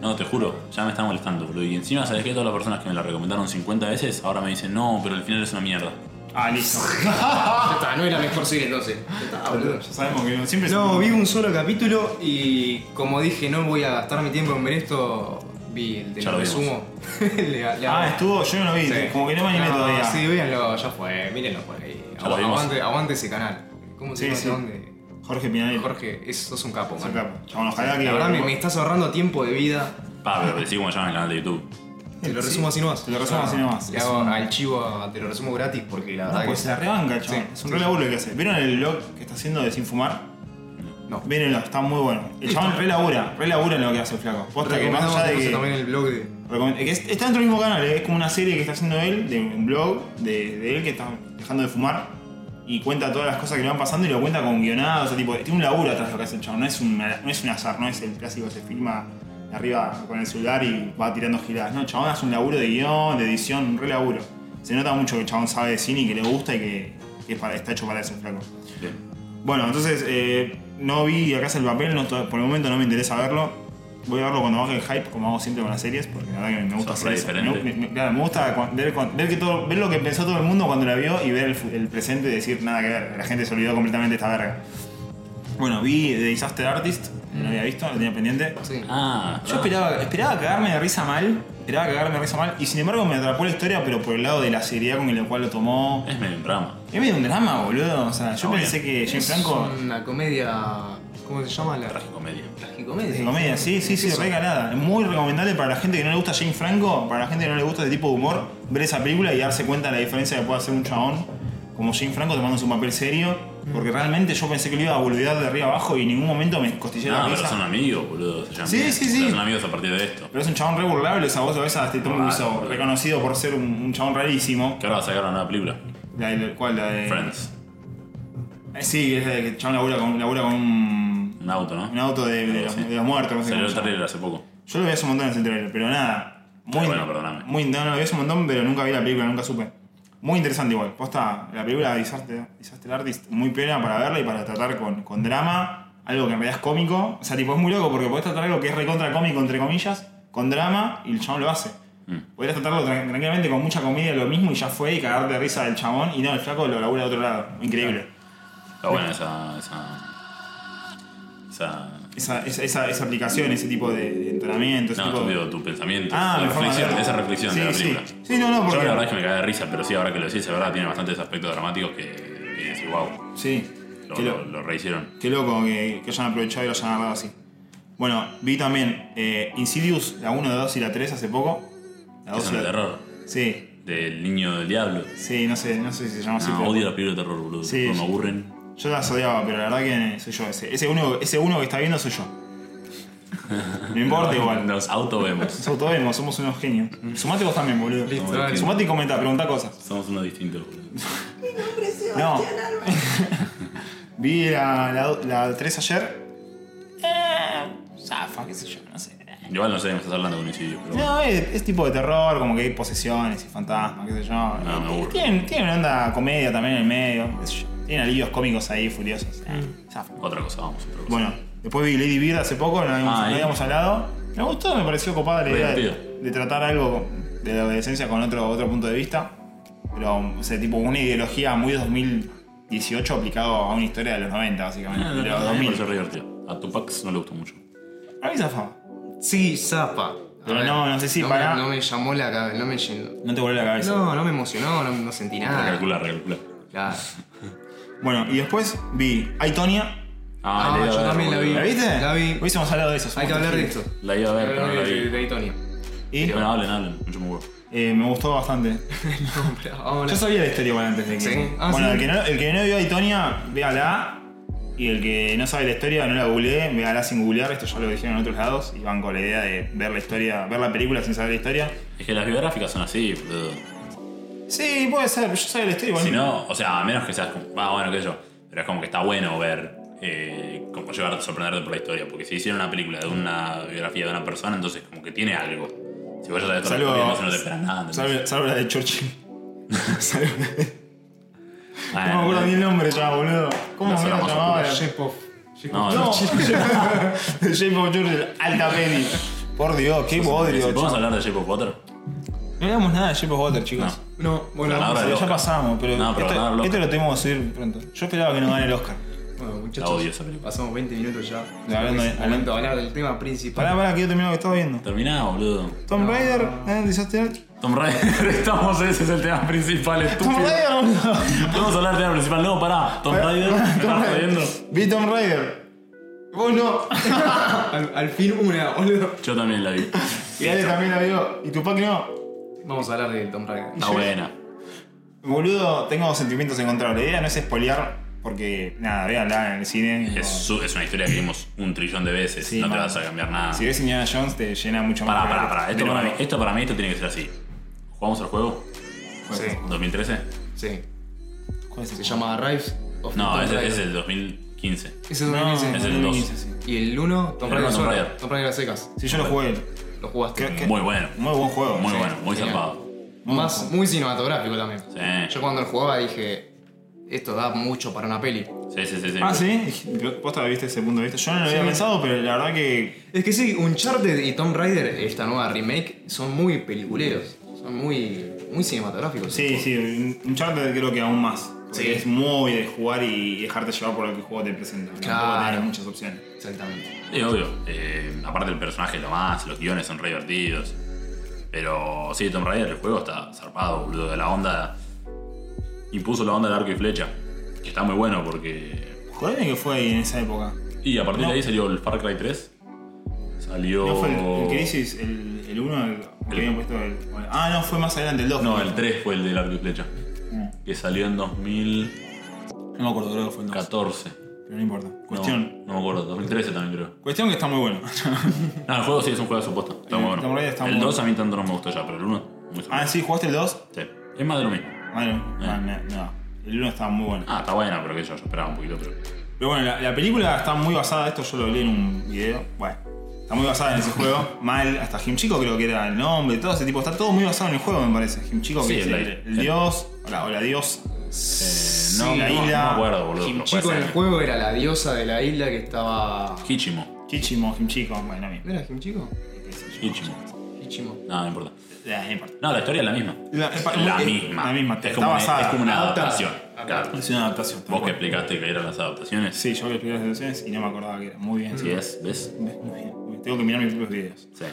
No, te juro, ya me está molestando, boludo. Y encima, ¿sabes que Todas las personas que me la recomendaron 50 veces ahora me dicen, no, pero el final es una mierda. Ah, listo. Ya está, no era mejor serie entonces. Ya está, boludo. Ya sabemos que no- siempre No, se- vi un solo capítulo y como dije, no voy a gastar mi tiempo en ver esto, vi el de Ya los lo resumo. Le- le hago- Ah, estuvo, yo no lo vi, Sí. como que no me animé No, todavía. Sí, véanlo, ya fue, mírenlo por ahí. Ya lo vimos. Aguante, aguante ese canal. ¿Cómo se Sí, llama sí. ese dónde? Jorge Pinanelli. Jorge, es, sos un capo, Es un man. capo. Chabón, ojalá que. pues, La verdad, me, me estás ahorrando tiempo de vida. Pa, pero decí cómo se llama el canal de YouTube. Te lo resumo así nomás. Te lo resumo así nomás. Le Es hago un- al chivo, a- te lo resumo gratis porque la Ah, verdad pues que- se la rebanca, chaval. eh. Sí, es un sí. re laburo lo que hace. ¿Vieron el blog que está haciendo de Sin Fumar? No. Mírenlo, está muy bueno. El chabón re labura, re labura en lo que hace el flaco. Posta que más Recomendamos allá de entonces que. también el blog de... Recom- que es- Está dentro del mismo canal, eh, es como una serie que está haciendo él, de un blog de, de él que está dejando de fumar y cuenta todas las cosas que le van pasando y lo cuenta con guionados, o sea, tipo, tiene un laburo atrás de lo que hace el chabón, no es, un, no es un azar, no es el clásico que se filma de arriba con el celular y va tirando giradas, no, el chabón hace un laburo de guión, de edición, un re laburo. Se nota mucho que el chabón sabe de cine y que le gusta y que, que es para- está hecho para eso, el flaco. Bien. Bueno, entonces eh, no vi acá el papel, no, to- por el momento no me interesa verlo. Voy a verlo cuando baje el hype, como hago siempre con las series, porque la verdad que me gusta Sos re hacer eso. diferente. Me- me- claro, me gusta cu- ver, cu- ver que todo, ver lo que pensó todo el mundo cuando la vio y ver el, fu- el presente y decir nada que ver. La gente se olvidó completamente de esta verga. Bueno, vi The Disaster Artist, no lo había visto, lo tenía pendiente. Sí. Ah, Yo esperaba, esperaba cagarme de risa mal, esperaba cagarme de risa mal, y sin embargo me atrapó la historia, pero por el lado de la seriedad con la cual lo tomó. es medio un drama. Es medio un drama, boludo. O sea, yo Ah, pensé que James Franco. Es una comedia... ¿Cómo se llama? La Tragicomedia. tragicomedia. De comedia, sí, sí, sí, Eso. regalada. Es muy recomendable para la gente que no le gusta James Franco, para la gente que no le gusta este tipo de humor, ver esa película y darse cuenta de la diferencia que puede hacer un chabón como James Franco tomándose un papel serio. Porque realmente yo pensé que lo iba a boludear de arriba abajo y en ningún momento me costillé la No, pero risa. son amigos, boludo. Se llaman. Sí, sí, sí. Pero Son amigos a partir de esto. Pero es un chabón re burlable, esa voz a veces hasta Tom Raro, Wiseau, boludo. reconocido por ser un, un chabón rarísimo. Que ahora va a sacar una nueva película. La, de- ¿Cuál? La de. Friends. Eh, Sí, es la de que el chabón labura con, labura con un, Un auto, un ¿no? auto de, de Sí. los, de los muertos, no sé Salió cómo el se llama. trailer hace poco. Yo lo vi hace un montón en el trailer, pero nada. Muy, Bueno, perdóname. Muy, no, no, lo vi hace un montón, pero nunca vi la película, nunca supe. Muy interesante igual. Posta, la película de Disaster, Disaster Artist, muy plena para verla y para tratar con, con drama, algo que en realidad es cómico. O sea, tipo, es muy loco porque podés tratar algo que es recontra cómico, entre comillas, con drama y el chabón lo hace. Mm. Podrías tratarlo tran- tranquilamente con mucha comedia, lo mismo y ya fue, y cagarte de risa del chabón. Y no, el flaco lo labura de otro lado. Increíble. Está buena esa. esa. esa. Esa, esa, esa, esa aplicación, ese tipo de, de entrenamiento, ese No, tipo de. estúpido, tu pensamiento. Ah, la mi forma de reflexión, verlo. esa reflexión Sí, de la sí. película. Sí, no, no, Yo porque- la verdad es que me cae de risa, pero sí, ahora que lo decís, la verdad tiene bastantes aspectos dramáticos que, que decís, wow, Sí. lo, Que lo- lo- lo rehicieron. Qué loco que, que hayan aprovechado y lo hayan agarrado así. Bueno, vi también eh, Insidious, la 1, la 2 y la 3 hace poco. La Que dos son y el la- terror. Sí, Del niño del diablo. sí, no sé, no sé si se llama así. No, Ah, pero- odio las películas de terror, boludo. Sí, no sí. me aburren. Yo las odiaba, pero la verdad que soy yo ese. Ese uno, ese uno que está viendo soy yo. No importa igual. Nos auto vemos. Nosotros todos vemos, somos unos genios. Mm. Sumate vos también, boludo. Listo, Sumate dale. Sumate y comenta, pregunta cosas. Somos unos distintos, boludo. No. Vi la, la, la 3 ayer. Eh, zafa, qué sé yo, no sé. Igual no sé de qué me estás hablando con incidio, pero bueno. No, es, es tipo de terror, como que hay posesiones y fantasmas, qué sé yo. No, me aburre. Tienen, tienen una onda comedia también en el medio, qué sé yo. Tienen alivios cómicos ahí, furiosos. Ah, Mm. zafa. Otra cosa, vamos, otra cosa. Bueno, después vi Lady Bird hace poco, no habíamos, Ah, no ahí. habíamos hablado. Me gustó, me pareció copada la idea de, Divertido. de tratar algo de la adolescencia con otro, otro punto de vista. Pero, o sea, tipo una ideología muy 2018 aplicado a una historia de los 90, básicamente. Ah, de los a mí me 2000. pareció re divertido. A Tupac no le gustó mucho. A mí zafaba. Sí, zapa. A Pero ver, no, no sé si no para- Me, no me llamó la cabeza, no me llenó. No te vuelve la cabeza. No, no me emocionó, no, no sentí Ah. nada. Recalcular, recalcular. Claro. Bueno, y después vi Aitonia. Ah, Ah, le iba a yo ver, también la boludo. ¿La viste? La vi. Hubiésemos hablado de eso. Hay somos que hablar de esto. testigos. La iba a ver, pero no la de, vi. de Itonia. Y Bueno, hablen, hablen. Mucho me huevo. eh, me gustó bastante. No, pero vamos a Yo hablar. sabía la historia igual antes de que. Sí. Ah, bueno, sí. el, que no, el que no vio a Itonia, véala. Y el que no sabe la historia, no la googleé, véala sin googlear. Esto ya lo dijeron en otros lados. Y van con la idea de ver la historia, ver la película sin saber la historia. Es que las biográficas son así, boludo. Sí, puede ser, pero yo sabía la historia igual. Si no, o sea, a menos que seas como. Ah, bueno, qué sé yo. Pero es como que está bueno ver. Eh, como llegar sorprenderte por la historia. Porque si hicieron una película de una biografía de una persona, entonces como que tiene algo. Si vos ya sabés toda la Salvo- historia, entonces no te esperas nada. ¿entendés? Salvo, salvo la de Churchill. Salvo la de- Ah, no me acuerdo ni el nombre ya, boludo. ¿Cómo No se sé, la vamos a llamaba? googlear. Shepov. No, No, no. de Shape of Churchill, alta peli. Por Dios, qué Si bodrio. ¿Podemos chavo. hablar de Shape of Water? No hablamos nada de Shape of Water, No. chicos. No, bueno, Ganadora del Ya Oscar. pasamos, pero, No, pero ganador esto, loco. esto lo tenemos que subir pronto. Yo esperaba que nos gane el Oscar. bueno, La odio esa muchachos. película. Pasamos 20 minutos ya. hablando de- Es momento de hablar del tema principal. Pará, pará, que yo termino lo que estaba viendo. Terminá, boludo. Tom Raider, eh, Disaster Arch. Tom Raider, estamos, ese es el tema principal, estúpido. Tom Raider, boludo. Podemos hablar del tema principal. No, pará. Tom Raider, ¿me Tom estás Raider. jodiendo? Vi Tom Raider. Vos no. al, al fin una, boludo. Yo también la vi. Está Y Ale también la vio. Y Tupac no. Vamos a hablar de Tom Raider. buena. Boludo, tengo sentimientos encontrados. La idea no es espolear, porque nada, véanla en el cine. Es, su- es una historia que vimos un trillón de veces. Sí, no te man. vas a cambiar nada. Si ves Indiana Jones, te llena mucho más. Pará, de- pará, pará. Esto pero- para, mí, esto para mí esto tiene que ser así. ¿Jugamos al juego? Sí, 2013? sí. ¿Cuál es Se ese? llama Rise of No, Tomb es, Raider. es el 2015. Ese es No, 2015. es el no, dos. sí, sí. Y el 1, Tomb El Raider. uno, Tomb solo. Raider. Tomb Raider a secas. Sí, yo lo jugué. Lo jugaste. Creo que- Muy bueno. Muy buen juego. Muy sí. bueno, muy genial. zarpado. Más, muy cinematográfico también. Sí. Yo cuando lo jugaba dije, esto da mucho para una peli. Sí, sí, sí. sí. Ah, sí. Vos te viste ese punto de vista. Yo no lo había Sí. pensado, pero la verdad que. Es que sí, Uncharted y Tomb Raider, esta nueva remake, son muy peliculeros. Son muy, muy cinematográficos. Sí, sí, un charter creo que aún más. Porque Sí. es muy de jugar y dejarte llevar por lo que el juego te presenta. Tampoco Claro. tenés muchas opciones. Exactamente. Sí, obvio. Eh, aparte el personaje es lo más, los guiones son re divertidos. Pero sí, Tomb Raider, el juego está zarpado, boludo. La onda. Impuso la onda del arco y flecha. Que está muy bueno porque. Jodeme que fue ahí en esa época. Y a partir No. de ahí salió el Far Cry 3. Salió. ¿No fue el, el Crisis, el, el 1? El, el que habían puesto el. Ah, no, fue más adelante el 2. No, el 3 fue el del arco y flecha. No, Que salió en 2014. no me acuerdo, creo que fue el 2. Pero no importa. No, Cuestión. No, me acuerdo, 2013 también creo. Cuestión que está muy bueno. No, el juego sí es un juego supuesto. Está El muy bueno. Tomb Raider está el muy 2 a mí tanto no me gustó ya, pero el 1 muy ah, sí, ¿jugaste el 2? sí. Es más de lo mismo. Bueno, ah, Eh. no, no. El 1 estaba muy bueno. Ah, está buena, pero que yo, yo esperaba un poquito, pero. eh, Pero bueno, la, la película está muy basada, esto yo lo leí en un video, bueno, está muy basada en ese juego, mal, hasta Jim Chico creo que era el nombre, todo ese tipo, está todo muy basado en el juego me parece, Jim Chico Sí, que es el, la- el dios, o la, o la dios, Eh, no, no, la no, isla. no me acuerdo, boludo. pero Himchiko puede en el ser. juego era la diosa de la isla que estaba... Kichimo. Chichimo, Jim Chico, bueno, a mí, ¿No era Himchiko? qué sé yo. Kichimo. Ichimo. No, no importa. Ya, no importa. No, la historia es la misma. La, es pa- La es- misma. La misma, Es está como, una, basada. Ah, es como una Adaptada. adaptación. Claro. Es una adaptación. tal Vos que cual. explicaste que eran las adaptaciones. Sí, yo vi las primeras versiones y no me acordaba que era, muy bien. Sí, es, ¿ves? Muy bien, muy bien. Tengo que mirar mis propios videos. Sí.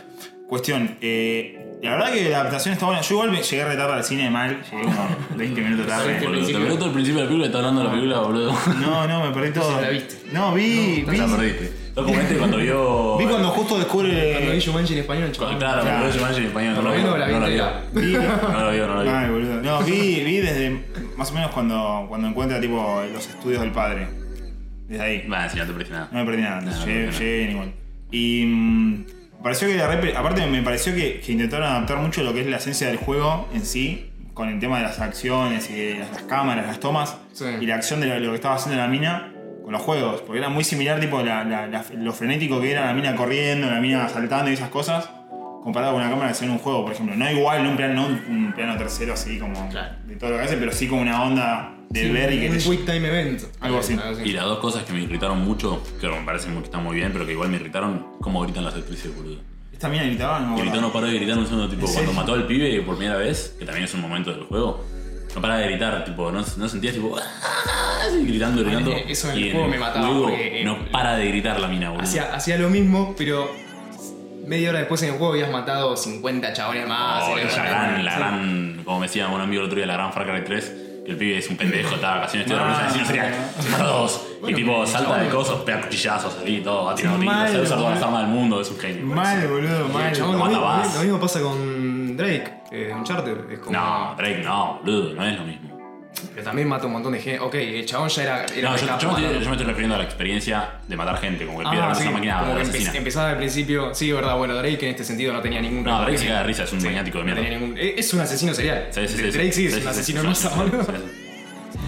Cuestión, eh, la verdad que la adaptación está buena. Yo igual me llegué retardo al cine mal, llegué como 20 minutos Sí, tarde. Boludo, que- te principio. perdí todo el principio de la película y está hablando de la película, boludo. No, no, me perdí todo. la viste. No, vi. vi, La perdiste. Fue como este cuando vio. vi cuando justo Cuando vi descubre. Jumanji en español, chaval. Cuando- Eh, Claro, Claro. cuando vio Jumanji en español. No Por lo lo vio, menos la no lo vi vio. entera. vi- No lo vio, no lo Ay, vio. boludo. No, vi, vi desde más o menos cuando, cuando encuentra tipo los estudios del padre. Desde ahí. Bueno, si no te perdiste nada. No me perdí nada, No, no llegué, perdí nada. llegué bien igual. Y mm, me pareció que la rep- aparte me pareció que, que intentaron adaptar mucho lo que es la esencia del juego en sí, con el tema de las acciones y de las, las cámaras, las tomas Sí. y la acción de lo, lo que estaba haciendo la mina con los juegos, porque era muy similar tipo la- la- la- lo frenético que era la mina corriendo, la mina saltando y esas cosas, comparado con una cámara que se ve en un juego, por ejemplo. No igual, un plano, no un plano tercero así como Claro. de todo lo que hace, pero sí como una onda de ver y que un te quick time event. Algo así. Y las dos cosas que me irritaron mucho, que me parece muy- que están muy bien, pero que igual me irritaron, cómo gritan las actrices, boludo. Esta mina gritaba, no me Gritó, acuerdo. no paró de gritar un segundo, tipo, ¿En cuando serio? mató al pibe por primera vez, que también es un momento del juego, no paraba de gritar, tipo, no, no sentías tipo. así, gritando, gritando. eh, eso en y el juego me mataba, juego porque, eh, no para de gritar la mina, boludo. Hacía- Hacía lo mismo, pero Media hora después en el juego habías matado 50 chabones Ah, más. Oh, y la la- gran, la sí. gran, como me decía un amigo el otro día, la gran Far Cry 3, que el pibe es un pendejo, está de vacaciones, estoy de Ah. vacaciones, si no sería mata dos. y tipo, salta de cosas, pega cuchillazos ahí, todo, va tirando tiros, Mal, se usa toda la boludo. fama del mundo, es un genio. Mal, boludo, mal. Chabón, lo, Mata mismo, más. lo mismo pasa con Drake, eh, Uncharted. Es como, No, Drake, no, boludo, no es lo mismo. Pero También mató un montón de gente. Ok, el chabón ya era. era No, capo yo, yo me matando. estoy, yo me estoy refiriendo a la experiencia de matar gente, como que el piedra Ah, es sí, una máquina como que asesina. empe- empezaba al principio. Sí, verdad, bueno, Drake en este sentido no tenía ningún. No, Drake se caga de risa, es un Sí, maniático de no mierda. tenía ningún- e- Es un asesino serial. Sí, sí, sí, Drake sí es sí, un sí, asesino sí, en sí, masa, sí, boludo. sí, sí.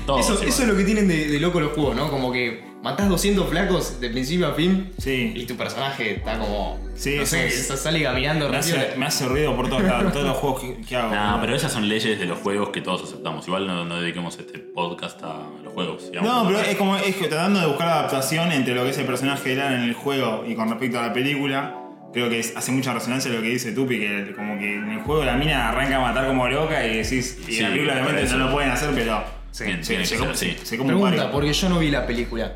Todos, Eso, igual. eso es lo que tienen de, de loco los juegos, ¿no? Como que matás 200 flacos de principio a fin Sí. Y tu personaje está como. Sí, no sé, sí. sale caminando Me rápido. hace, me hace ruido por todos lados, todos los juegos que, que hago. No, boludo. pero esas son leyes de los juegos que todos aceptamos. Igual no, no dediquemos este podcast a los juegos. digamos. No, pero es como es que tratando de buscar adaptación entre lo que es el personaje de Lan en el juego y con respecto a la película. Creo que es- hace mucha resonancia lo que dice Tupi, que como que en el juego la mina arranca a matar como loca y decís, y Sí, en la película por obviamente eso. no lo pueden hacer, pero Tiene- se, tiene que se, ser come- así. se- se come un Pregunta, paro. porque yo no vi la película.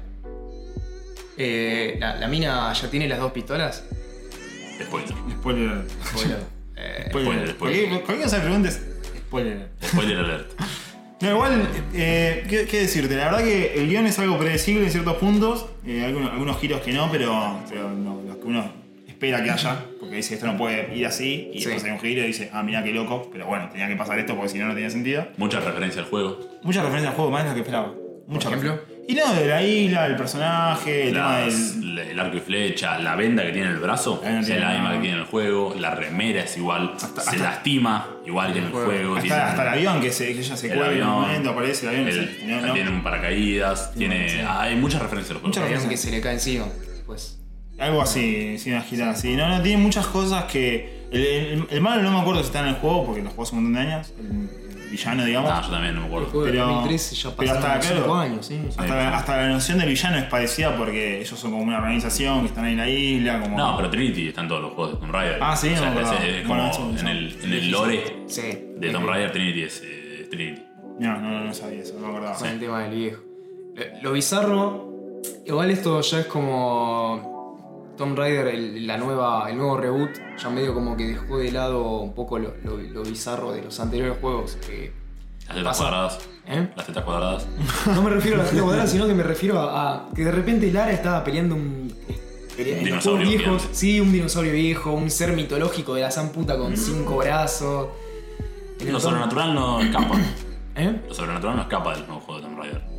Eh, la, la mina ya tiene las dos pistolas? Spoiler. Spoiler. Eh, Spoiler. spoiler. ¿Por qué- ¿Por qué no se preguntes? Spoiler. Spoiler alert. No, igual, eh, ¿qué, qué decirte? La verdad que el guión es algo predecible en ciertos puntos, eh, algunos, algunos giros que no, pero, pero no, los que uno espera que haya, porque dice esto no puede ir así, y Sí. después hay un giro y dice, ah, mirá qué loco, pero bueno, tenía que pasar esto porque si no, no tenía sentido. Muchas referencias al juego. Muchas referencias al juego, más de lo que esperaba. Muchas ejemplo? referencias. Y no, de la isla, el personaje, el tema Las- del. la- el arco y flecha, la venda que tiene en el brazo, Ah, no es tiene el alma nada. que tiene en el juego, la remera es igual, se hasta- lastima, igual que en el juego. tiene Hasta, hasta el avión que, se, que ella se el cuelga en un avión, momento, aparece el avión. el- sí, no, no. Tiene un paracaídas, tiene. Hay muchas referencias al juego. Muchas avión que se le cae encima. Pues. Algo así, sí, una gitana así. No, no, tiene muchas cosas que. El, el- el malo no me acuerdo si está en el juego, porque lo jugó hace un montón de años. El villano, digamos. Ah, yo también no me acuerdo. Juego de Pero- 2013 ya pero hasta pasaron acá cinco lo- años, ¿eh? ¿sí? hasta, la, hasta la noción del villano es parecida porque ellos son como una organización que están ahí en la isla, como. No, pero Trinity está en todos los juegos de Tomb Raider. Ah, sí, O sea, no me acordaba. es, es como Bueno, eso- en eso- el, en el lore Sí. de Tomb Raider, Trinity es eh, Trinity. No, no, no sabía eso, no me acordaba. Con el tema del viejo. Lo, lo bizarro, igual esto ya es como Tomb Raider, el, la nueva, el nuevo reboot, ya medio como que dejó de lado un poco lo, lo- lo bizarro de los anteriores juegos. que- Las tetas Pasa- cuadradas. ¿eh? Las tetas cuadradas. No me refiero a la gente moderna, sino que me refiero a, a que de repente Lara estaba peleando un. pelea- en los dinosaurio juegos viejos, gigante. sí, un dinosaurio viejo, un ser mitológico de la zamputa con cinco brazos. En el Lo Tomb- sobrenatural Mm. no escapa. ¿Eh? Lo sobrenatural no escapa del nuevo juego de Tomb Raider.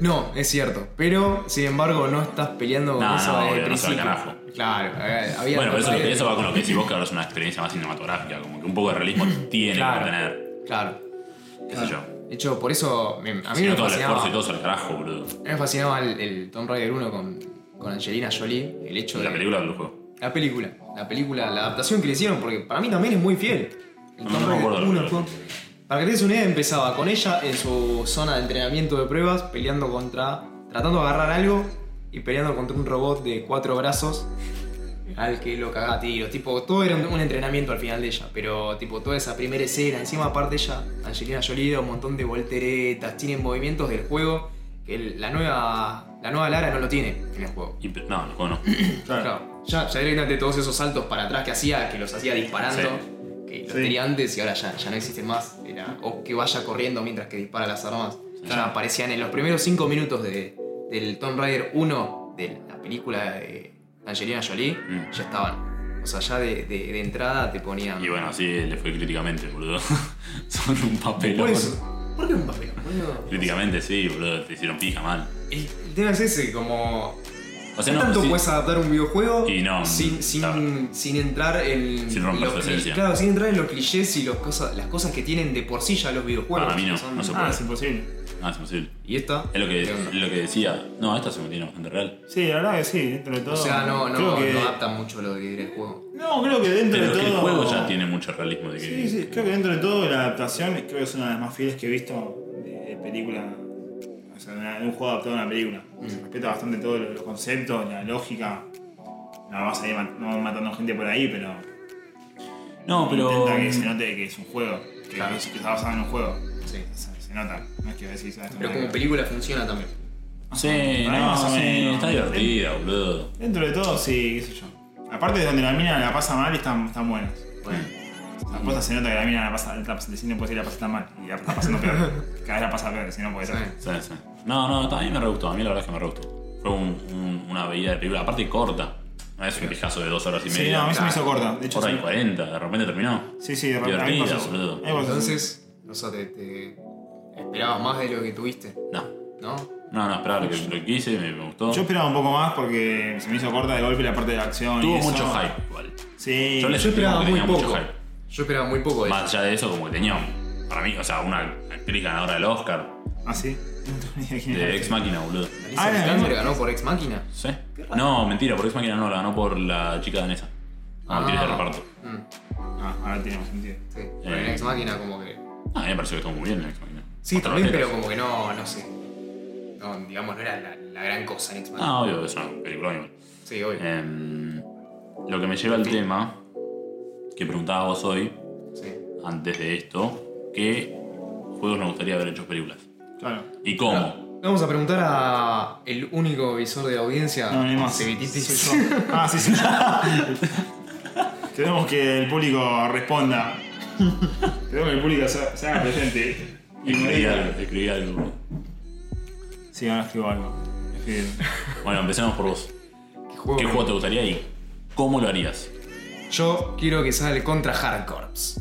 No, es cierto. Pero, sin embargo, no estás peleando con No, eso no, desde el obvio, no se va al principio. carajo. claro, eh, había Bueno, pero eso, había- eso va con lo que decís vos, que ahora es una experiencia más cinematográfica. Como que un poco de realismo tiene Claro. que tener. Claro. Qué sé yo. De hecho, por eso me- a mí Si no, me todo el fascinaba, esfuerzo y todo es el carajo, boludo. a mí me fascinaba el, el Tomb Raider 1 con, con Angelina Jolie. El hecho de La película del juego. La película, la película, la adaptación que le hicieron, porque para mí también es muy fiel. El No, Tomb no me Raider acuerdo de la 1 película. fue- Para que te des una idea, empezaba con ella en su zona de entrenamiento de pruebas, peleando contra. tratando de agarrar algo y peleando contra un robot de cuatro brazos al que lo caga a tiros. Tipo, todo era un, un entrenamiento al final de ella, pero tipo, toda esa primera escena, encima aparte ella, Angelina Jolie da un montón de volteretas, tiene movimientos del juego que el- la nueva. la nueva Lara no lo tiene en el juego. Y- no, el juego no. Claro, ya, ya directamente todos esos saltos para atrás que hacía, que los hacía disparando, Sí. que los Sí. tenía antes y ahora ya, ya no existen más, era, o que vaya corriendo mientras que dispara las armas. Ya Claro. aparecían en los primeros 5 minutos de, del Tomb Raider 1, de la película de Angelina Jolie, Mm. ya estaban. O sea, ya de, de- de entrada te ponían... Y bueno, así le fue críticamente, boludo. Son un papel. Por eso, ¿por qué un papel? boludo? Críticamente sí, boludo. Te hicieron pija mal. El, el tema es ese, como. O sea, ¿Qué no, tanto sí. puedes adaptar un videojuego Y no, sin, sin, claro. sin entrar en. Sin romper los su cli- esencia. Claro, sin entrar en los clichés y los cosas, las cosas que tienen de por sí ya los videojuegos. Para mí no, que son- no se Ah, puede. es imposible. Ah, es imposible. Y esta. Eh, Es lo ¿qué onda? que, lo que decía. No, esta se me tiene bastante real. Sí, la verdad que sí, dentro de todo. O sea, no, no, creo que, no adapta mucho lo que era el juego. No, creo que dentro Pero de es todo. que el juego ya tiene mucho realismo de que. Eh, Sí, sí, creo que dentro de todo la adaptación creo que es una de las más fieles que he visto de película. O sea, de una- de un juego adaptado a una película. Mm. Se respeta bastante todos los, los conceptos, la lógica. No vas a ir mat- no matando gente por ahí, pero. No, pero. Intenta que se note que es un juego. Que, es- que está basado en un juego. Sí. Se, se nota. No es que decís "Ah, esto Pero no como es". película funciona también. Sí, Para mí no, más o sí, menos. está divertida, boludo. Dentro de todo, sí, qué sé yo. Aparte de donde la mina la pasa mal, están, están buenas. Bueno. O Mm. sea, posta se nota que la mina la pasa, la, pasa- si no puede decir la pasa tan mal. Y la está pasando peor. Cada vez la pasa peor, si no puede ser. Sí. Sí, sí. No, no, está- a mí me re gustó, a mí la verdad es que me re gustó. Fue un- un- una bebida de película, aparte corta. No es un pijazo de dos horas y media. Sí, no, a mí se me hizo corta. De hecho, Hora sí. y cuarenta, de repente terminó. Sí, sí, de repente. a mí Divertida, pasó eso. boludo. A mí pasó eso. Entonces, O sea, te, te esperabas más de lo que tuviste, No, ¿no? no, no, esperaba lo que, lo que hice, me, me gustó. yo esperaba un poco más porque se me hizo corta de golpe la parte de la acción. y Tuvo eso. mucho hype igual. Sí. Yo le Yo esperaba supongo que muy tenía poco. mucho hype. Yo esperaba muy poco de Más allá de eso, como que tenía, un- para mí, o sea, una actriz ganadora del Oscar Ah, sí. No tengo ni idea quién de era. este. Ex Máquina, boludo. Alicia Ah, era Vikander mismo. ganó por Ex Máquina. ¿Sí? No, mentira, por Ex Máquina no, la ganó por la chica danesa. Como Ah. actriz de reparto. Eh. Mm, Ah, ahora tiene más sentido. sí. Pero en Ex Máquina como que... Ah, a mí me pareció que estuvo muy bien en Ex Máquina. Sí, Hasta los también, tetas. pero como que no, no sé. No, digamos, no era la, la gran cosa en Ex Máquina. Ah, obvio, es una película igual. Sí, obvio. Em, lo que me lleva al tema que preguntaba vos hoy, Sí. antes de esto, ¿qué juegos nos gustaría haber hecho películas? Claro. ¿Y cómo? vamos a preguntar a el único visor de la audiencia. No, ni más. Cebititis. Soy yo. Ah, sí, sí. Queremos que el público responda. Queremos que el público se se haga presente. Y me Escribí diga. algo, escribí algo. Sí, ahora escribo algo. Escribir. Bueno, empecemos por vos. ¿Qué juego? ¿Qué juego te gustaría y cómo lo harías? Yo quiero que salga el contra Hardcorps.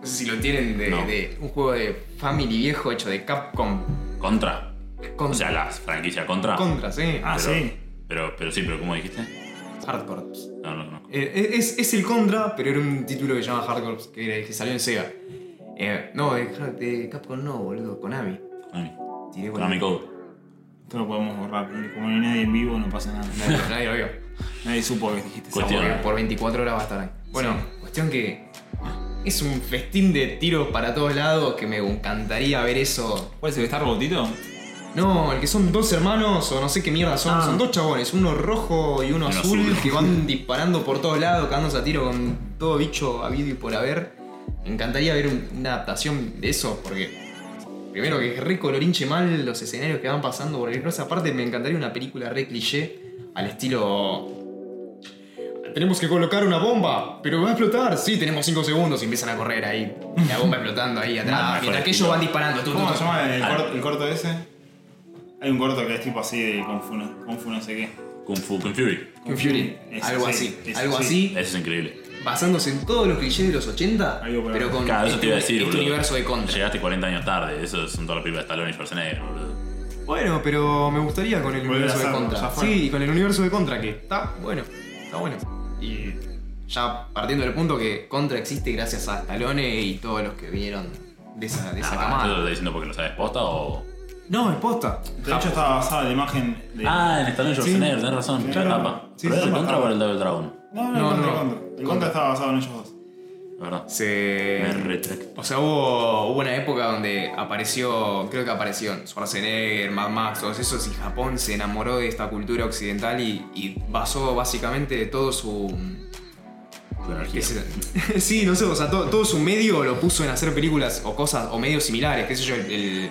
No sé si lo tienen de, No. de- Un juego de family viejo hecho de Capcom. ¿Contra? Contra. O sea, la franquicia Contra. Contra, sí. Ah, Pero- sí. Pero, pero sí, pero ¿cómo dijiste? Hardcorps. No, no, no. Eh, es, es el Contra, pero era un título que se llama Hardcore que, era- que salió en Sega. Eh, no, de, Har- de Capcom no, boludo, Konami. Konami. Tiré con Konami Code. Esto lo podemos borrar. porque Como no hay nadie en vivo, no pasa nada. Nadie, nadie lo vio. Nadie supo que dijiste esa Cuestión. hueá. Porque por 24 horas va a estar ahí. Bueno, cuestión que es un festín de tiros para todos lados que me encantaría ver eso. ¿Cuál es el que está robotito? No, el que son dos hermanos o no sé qué mierda son. Ah. Son dos chabones, uno rojo y Uno uno, azul, azul. que van disparando por todos lados, cagándose a tiro con todo bicho habido y por haber. Me encantaría ver un- una adaptación de eso porque... Primero que es re colorinche mal los escenarios que van pasando por el cosa. Aparte me encantaría una película re cliché al estilo... Tenemos que colocar una bomba, pero va a explotar. Sí, tenemos 5 segundos y empiezan a correr ahí. La bomba explotando ahí Ah, atrás. mejor Mientras que estilo. ellos van disparando. tu, tu, ¿Cómo tu. se llama el, Ah. cor- el corto ese? Hay un corto que es tipo así de Kung Fu, no, Kung Fu no sé qué. Kung Fu, Kung Fury. Kung Fury, Ese, algo sí, así, ese, algo sí. así, Eso es increíble. basándose en todos los clichés de los 80, Algo para pero ver. con Claro, eso este, te iba a decir, este boludo. universo de contra. Llegaste 40 años tarde, eso son todas las películas de Stallone y Schwarzenegger, boludo. Bueno, pero me gustaría con el Volver a universo de hacerlo, ya contra. fue. Sí, y con el universo de contra, que está bueno, está bueno. Y ya partiendo del punto que contra existe gracias a Stallone y todos los que vinieron de esa, de Ah, esa ¿Esto lo camada. estás diciendo porque lo sabes posta o...? No, es posta. De hecho, estaba basada en la imagen de. Ah, en Stallone y Schwarzenegger, tenés razón, Claro. la tapa. Sí, ¿Pero era sí, el sí. Contra o era el Double Dragon? no, no, No, el no. contra, el contra. El contra estaba basado en ellos dos. La verdad. Se. Me retracto. O sea, hubo, hubo una época donde apareció, creo que apareció Schwarzenegger, Mad Max, todos esos, y Japón se enamoró de esta cultura occidental y, y basó básicamente todo su... Tu energía. qué sé- sí, no sé, o sea, to- todo su medio lo puso en hacer películas o cosas o medios similares, qué sé yo, el- el-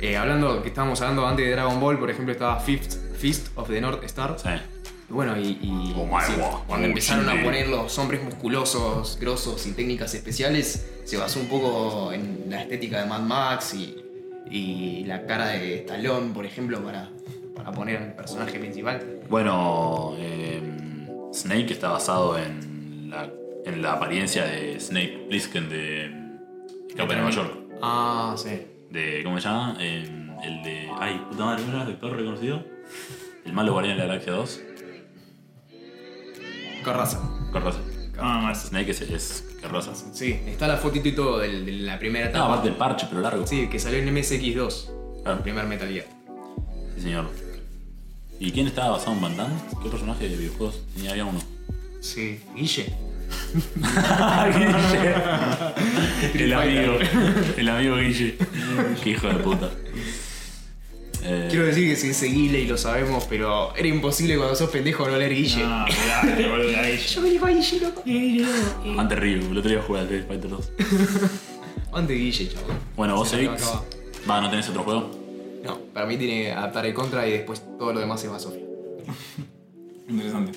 eh, hablando, que estábamos hablando antes de Dragon Ball, por ejemplo, estaba Fifth, Fist of the North Star. Sí. Y Bueno, y, y- Oh my sí, God. cuando empezaron Sí. a poner los hombres musculosos, grosos y técnicas especiales, se basó un poco en la estética de Mad Max y, y la cara de Stallone, por ejemplo, para, para poner al personaje principal. Bueno, em, Snake está basado en la, en la apariencia de Snake Plissken de Escape de Nueva York. Ah, sí. De, ¿Cómo se llama? Em, el de. Ay, puta madre, ¿cómo se llama? ¿El actor este reconocido? El malo guardián de la galaxia 2. Carraza. Carroza. Ah, más. Snake es, es Carroza. Sí, está la fotito y todo del- de la primera No, etapa. aparte del parche, pero largo. Sí, que salió en MSX2. Claro. El primer Metal Gear. Sí, señor. ¿Y quién estaba basado en Van Damme? ¿Qué personaje de videojuegos? Tenía había uno. Sí. Guille. Eh. el amigo. El amigo Guille. Qué hijo de puta. Eh, Quiero decir que se dice Guille y lo sabemos, pero era imposible cuando sos pendejo no Eh, leer Guille. Ah, mirá, boludo, ahí. Yo me digo Guille, loco. Antes Ryu, el otro día jugué al Street Fighter 2. ¿Dónde Guille, chabón? Bueno, vos, Se me Evix. acaba. Va, ¿no tenés otro juego? No, para mí tiene que adaptar el contra y después todo lo demás es basofia. Este Interesante.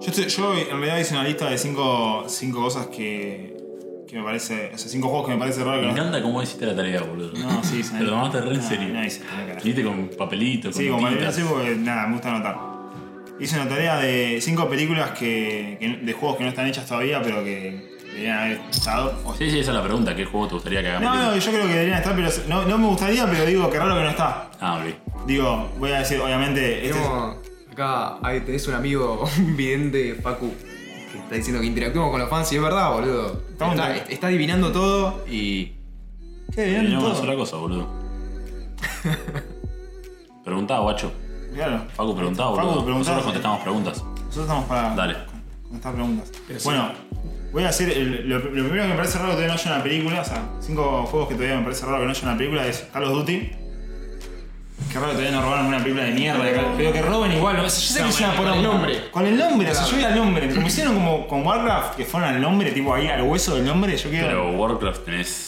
Yo, estoy- yo en realidad hice una lista de cinco, cinco cosas que, que me parece. O sea, cinco juegos que me parece raro que Me no. encanta cómo hiciste la tarea, boludo. No, sí, sí. Te lo tomaste re en No, serio. Ah, no hice nada, carajo. Viste con papelitos, con Sí, como notitas. así porque nada, me gusta anotar. Hice una tarea de cinco películas que, que- de juegos que no están hechas todavía, pero que deberían haber estado. O sea, Sí, sí, esa es la pregunta. ¿Qué juego te gustaría que hagamos? no, no, yo creo que deberían estar, pero no, no me gustaría, pero digo, qué raro que no está. Ah, ok. Digo, voy a decir, obviamente, este es- Tenemos- acá hay, tenés un amigo, un vidente, Facu, que está diciendo que interactuamos con los fans y es verdad, boludo. Estamos Está, inter- está adivinando todo y... Qué bien, Tenemos una todo. sola cosa, boludo. Preguntá, guacho. Claro, Facu, preguntá, Facu, boludo. preguntá. Nosotros contestamos preguntas. nosotros estamos para Dale. contestar preguntas. bueno, voy a hacer. el- lo, lo primero que me parece raro que todavía no haya una película, o sea, cinco juegos que todavía me parece raro que no haya una película es Call of Duty. Qué raro que todavía no robaron una película de mierda. de Call- Pero que roben igual. o sea, Yo sé que es una con el poronga. nombre. Con el nombre, o sea, yo voy al nombre. Como hicieron como con Warcraft, que fueron al nombre, tipo ahí al hueso del nombre, yo quiero. Pero Warcraft tenés.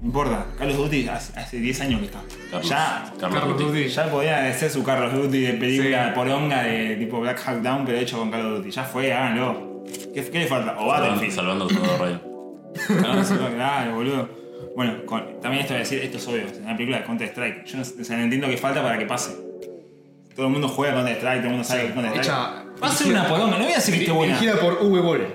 No importa, Call of Duty hace hace 10 años que está. Carlos. Ya, Carlos, Carlos Guti. Guti. Ya podía ser su Carlos Duty de película Sí. poronga de tipo Black Hawk Down, pero hecho con Call of Duty. Ya fue, háganlo. ¿Qué, qué le falta? Salvando, O Battlefield. salvando todo rayo. Claro, sí, claro, boludo. Bueno, con- también esto voy a decir, esto es obvio, es una película de Counter Strike. Yo no, sé- o sea, no entiendo qué falta para que pase. Todo el mundo juega Counter Strike, todo el mundo sabe que Counter Strike. Hecha- Va a ser una poronga, no voy a decir que esté buena. Dirigida por V. Ball.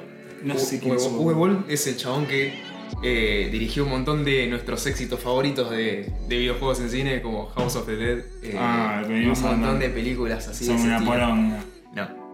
No sé quién es V. V. Ball es el chabón que eh, dirigió un montón de nuestros éxitos favoritos de, de videojuegos en cine, como House of the Dead. eh, Ah, el que y un venimos montón hablando. de películas así. de Son ese una estilo. poronga. No.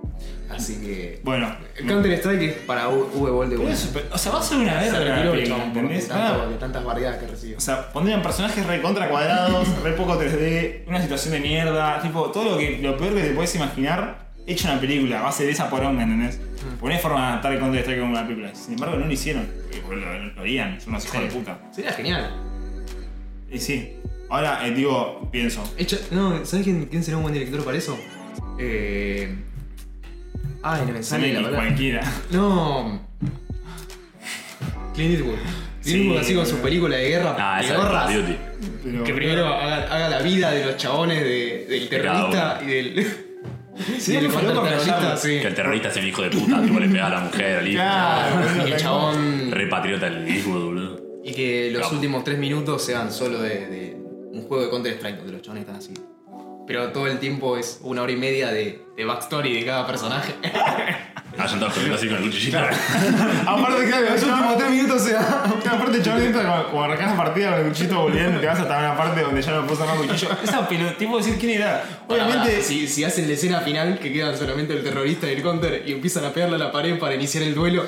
Así que... Bueno. Counter Strike es para V. Ball de Por buena. eso, pero- O sea, va a ser una Se verga la retiró el película, chabón por de ¿entendés? tanto- Ah, de tantas barriadas que recibió. O sea, pondrían personajes re contra cuadrados, re poco 3D, una situación de mierda, tipo, todo lo que lo peor que te puedes imaginar, hecho una película, va a ser esa poronga, ¿entendés? Mm. Poné forma de adaptar el Counter Strike como una película. Sin embargo, no lo hicieron. porque, boludo, Lo, lo harían, son unos hijos de puta. Sería genial. Y sí. Ahora, eh, digo, pienso. Hecho, no, ¿sabes quién, quién será un buen director para eso? Eh... Ay, no Sale me sale la palabra. cualquiera. No. Clint Eastwood. Clint Sí, Eatwood así con su boludo. película de guerra. Ah, de esa es gorras. Call of Duty. Pero, Que primero haga, haga la vida de los chabones de- del cada terrorista y del. Sí, y del me faltó contraterrorista, comentarlo. sí. Que el terrorista es un hijo de puta, tipo le pega a la mujer, al hijo. Claro, boludo, Y el tal cual. chabón. Re patriota el Eastwood, boludo. Y que los Claro. últimos tres minutos sean solo de, de un juego de Counter Strike donde los chavales están así. Pero todo el tiempo es una hora y media de, de backstory de cada personaje. Ah, yo estaba corriendo así con el cuchillito. Aparte, claro, los últimos tres minutos sea. Claro, aparte, chaval, entra como, como arrancás la partida con el cuchito volviendo, te vas hasta una parte donde ya no puedo armar cuchillo. Esa pelota, tipo decir quién era. Obviamente, si, si hacen la escena final que quedan solamente el terrorista y el counter y empiezan a pegarle a la pared para iniciar el duelo.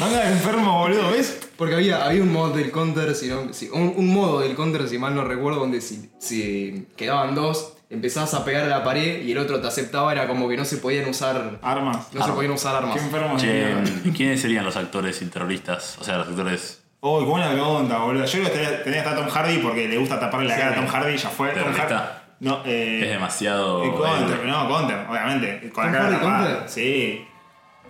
Manga de enfermo, boludo, ¿ves? Porque había, había un mod del counter, si no- si- un, un modo del counter, si mal no recuerdo, donde si, si quedaban dos, empezabas a pegar a la pared y el otro te aceptaba, era como que no se podían usar. Armas. No se podían usar Qué armas. enfermo. Che, Uy, ¿y ¿quiénes serían los actores y terroristas? O sea, los actores. qué buena pregunta, boludo. Yo creo que tenía- tenía hasta Tom Hardy porque le gusta taparle la cara a Tom Hardy, ya fue. Tom ¿Terrorista? Hardy. No, eh. Es demasiado. eh, el Counter, el- no, Counter, obviamente. Con la ¿Tom cara Hardy tapada. Counter? Sí.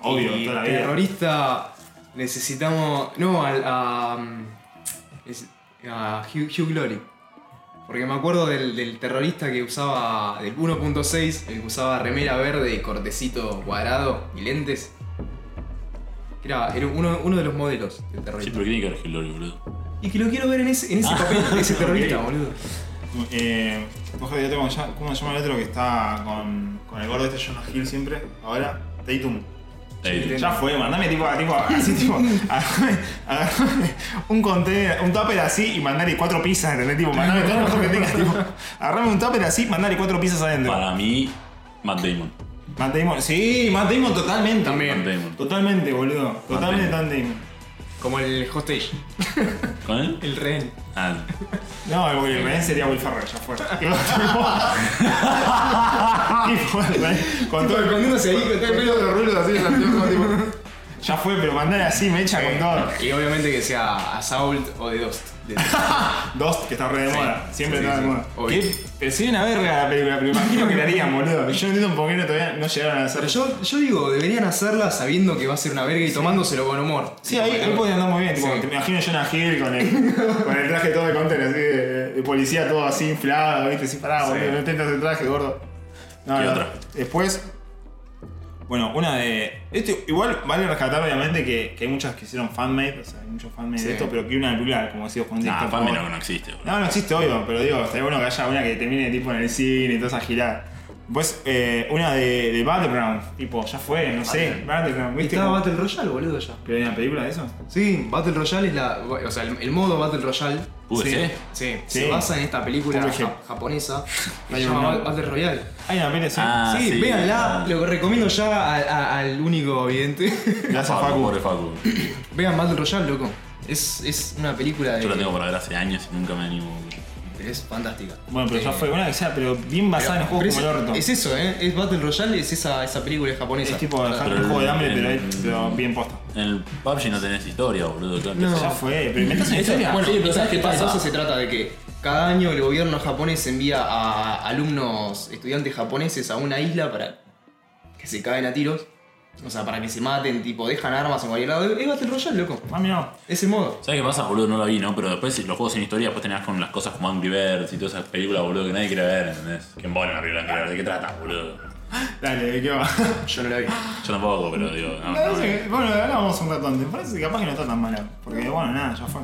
Obvio, Y toda la vida. Eh, terrorista necesitamos. No, al- a. mm, es- a Hugh, Hugh Glory. Porque me acuerdo del, del terrorista que usaba. del 1.6, el que usaba remera verde y cortecito cuadrado y lentes. Que Era, era uno, uno de los modelos del Sí, terrorista. pero tiene que ver Hillary, boludo. Y que lo quiero ver en ese, en ese papel, ese terrorista, Ah, ok. boludo. Eh. Tom Hardy, otro, ¿cómo se llama- ¿cómo se llama el otro que está con, con el gordo este Jonah Hill siempre? Ahora, Tatum. Ey, Ya fue, mandame tipo, tipo así, tipo, agarrame- agarrame un container, un tupper así y mandale cuatro pizzas, ¿entendés? Tipo, mandame todo lo mejor que tengas, tipo, agarrame un tupper así, mandale cuatro pizzas adentro. Para mí, Matt Damon. Matt Damon, sí, Matt Damon totalmente. Matt Damon. Totalmente, boludo. Totalmente Matt Damon. Damon. Como el hostage, ¿Con él? el rehén. Ah, No, el Will Ryan sería Will Ferrell, ya fue. Tipo, tipo, el Ryan, con todo el- escondiéndose ahí, con todo el pelo de los rulos así, de anteojos, tipo. Ya fue, pero mandale así, mecha con todo. Y obviamente que sea Assault o The Dust. De- Dos, que está re de moda. Siempre sí, está de sí. moda. Obvio. ¿Qué? Pero sí, una verga la película, pero imagino que la harían, boludo. Yo no entiendo por qué no, todavía no llegaron a hacer. Pero yo, yo digo, deberían hacerla sabiendo que va a ser una verga y tomándoselo con humor. Sí, ahí, ahí podía andar muy bien. Tipo, Sí. Te imagino a Jonah Hill con el, con el traje todo de content, así de, de policía, todo así inflado, ¿viste? Sí, pará, boludo, no tengas el traje, gordo. No, ¿Qué no. otra? Después. Bueno, una de. Esto igual vale rescatar, obviamente, que, que hay muchas que hicieron fanmade, o sea, hay muchos fanmade Sí. de esto, pero que una película, como decía Juan nah, Dicto, Fan por- Ah, no, no existe, boludo. No, no existe, obvio, pero digo, estaría bueno que haya una que termine tipo en el cine y toda esa girada. Pues eh, una de, de Battleground, tipo, ya fue, no sé, Ah, Battleground, ¿viste? Estaba cómo- Battle Royale, boludo, ya. ¿Pero hay una película de eso? Sí, Battle Royale es la. O sea, el, el modo Battle Royale. ¿Pude sí, ser? sí, Sí. Se basa en esta película Pude ser. ja- japonesa que se Hay llama una. Battle Royale. Hay una peli, sí. Ah, sí, sí, véanla, ah. lo recomiendo ya al, a- al único vidente. Gracias, Facu, Facu. Ah, pobre Facu. Vean Battle Royale, loco. Es, es una película de. Yo la tengo para ver hace años y nunca me animo. Es fantástica. Bueno, pero ya Eh, fue, una que sea, pero bien pero- basada en pero juegos Ah, como el es- orto. Es eso, ¿eh? Es Battle Royale, es esa, esa película japonesa. Es tipo dejar Pero un juego de el- hambre, pero, el- pero bien posta. En el PUBG no tenés historia, boludo. todo empezó- Ya fue, pero inventás una Eso- historia. Bueno, Sí, pero pero ¿sabes qué pasa? Entonces se trata de que cada año el gobierno japonés envía a alumnos, estudiantes japoneses a una isla para que se caen a tiros. O sea, para que se maten, tipo, dejan armas en cualquier lado. Es Battle Royale, loco. Ah, mirá. Ese modo. ¿Sabes qué pasa, boludo? No la vi, ¿no? Pero después los juegos sin historia, después tenías con las cosas como Angry Birds y todas esas películas, boludo, que nadie quiere ver, ¿entendés? Que embona una película de Angry Birds, ¿de qué trata, boludo? Dale, ¿qué va? Yo no la vi. Yo tampoco, pero digo, no, No, no. sí, bueno, ahora vamos un rato antes. Parece que capaz que no está tan mala. Porque, bueno, nada, ya fue.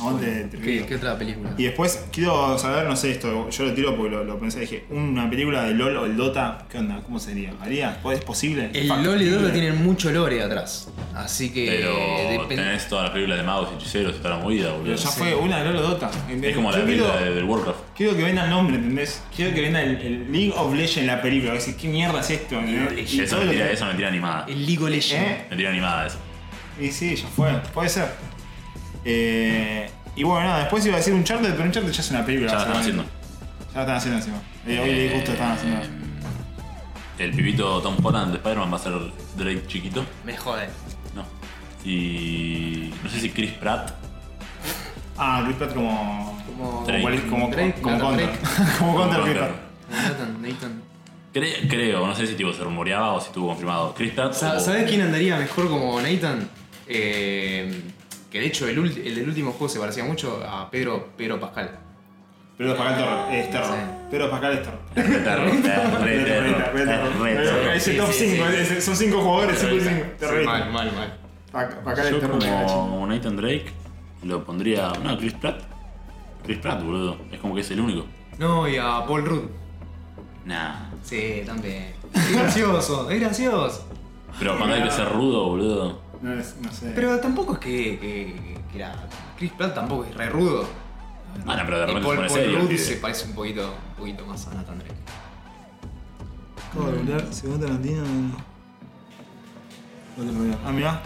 Aguante, te ¿Qué, qué otra película? Y después quiero saber, no sé, esto, yo lo tiro porque lo, lo pensé, dije, una película de LOL o el Dota, ¿qué onda? ¿Cómo sería? ¿Haría? ¿Es posible? El Fact. LOL y Dota tienen mucho lore atrás. Así que. Pero depende- tenés todas las películas de magos y hechiceros y toda la movida, boludo. Eh, Pero ya fue una de LOL o Dota. Es como la Yo quiero, película de- del Warcraft. quiero que venga el nombre, ¿entendés? Quiero que venga el, el League of Legends la película. Decís, ¿qué mierda es esto? ¿entendés? Y eso todo lo mentira, que- eso mentira animada. El League of Legends. ¿Eh? Mentira animada eso. Y sí, ya fue. Puede ser. Eh, y bueno, nada, después iba a decir un charter, pero un charter ya es una película. Ya lo están haciendo. básicamente. Ya lo están haciendo encima. Eh, hoy leí justo están haciendo. Eh, El pibito Tom Holland de Spider-Man va a ser Drake chiquito. Me joden. No. Y. No sé si Chris Pratt. Ah, Chris Pratt como. Como. Drake. Como, como, Drake, como Nathan Contra. como Contra Chris Pratt. Nathan, Nathan. Cre- creo, no sé si tipo se rumoreaba o si estuvo confirmado. Chris Pratt. Sa- o- ¿Sabés quién andaría mejor como Nathan? Eh, que de hecho el, ul- el del último juego se parecía mucho a Pedro, Pedro Pascal. Pedro Pascal Terror, es Terror. Sí. Pedro Pascal es Terror. Re terro, re Pedro terro, Pascal, re Pedro Pascal, Pedro Pascal. terro. Ese Sí, top sí, 5, sí. son 5 jugadores, 5 y 5. Sí, Terror. mal, mal, mal. Pa- Pascal es Yo Terror. como Nathan Drake lo pondría. No, Chris Pratt. Chris Pratt, boludo. Es como que es el único. No, y a Paul Rudd. Nah. Sí, también. Es gracioso, es gracioso. Pero cuando hay que ser rudo, boludo. No, es- no sé. Pero tampoco es que, que, que era- Chris Pratt tampoco es re rudo. Ah, no, pero de Y repente se Paul, pone Paul serio. el Rudd pibe. se parece un poquito, un poquito más a Nathan Drake. Acabo de volver, segundo Tarantino. eh. Ah, mirá.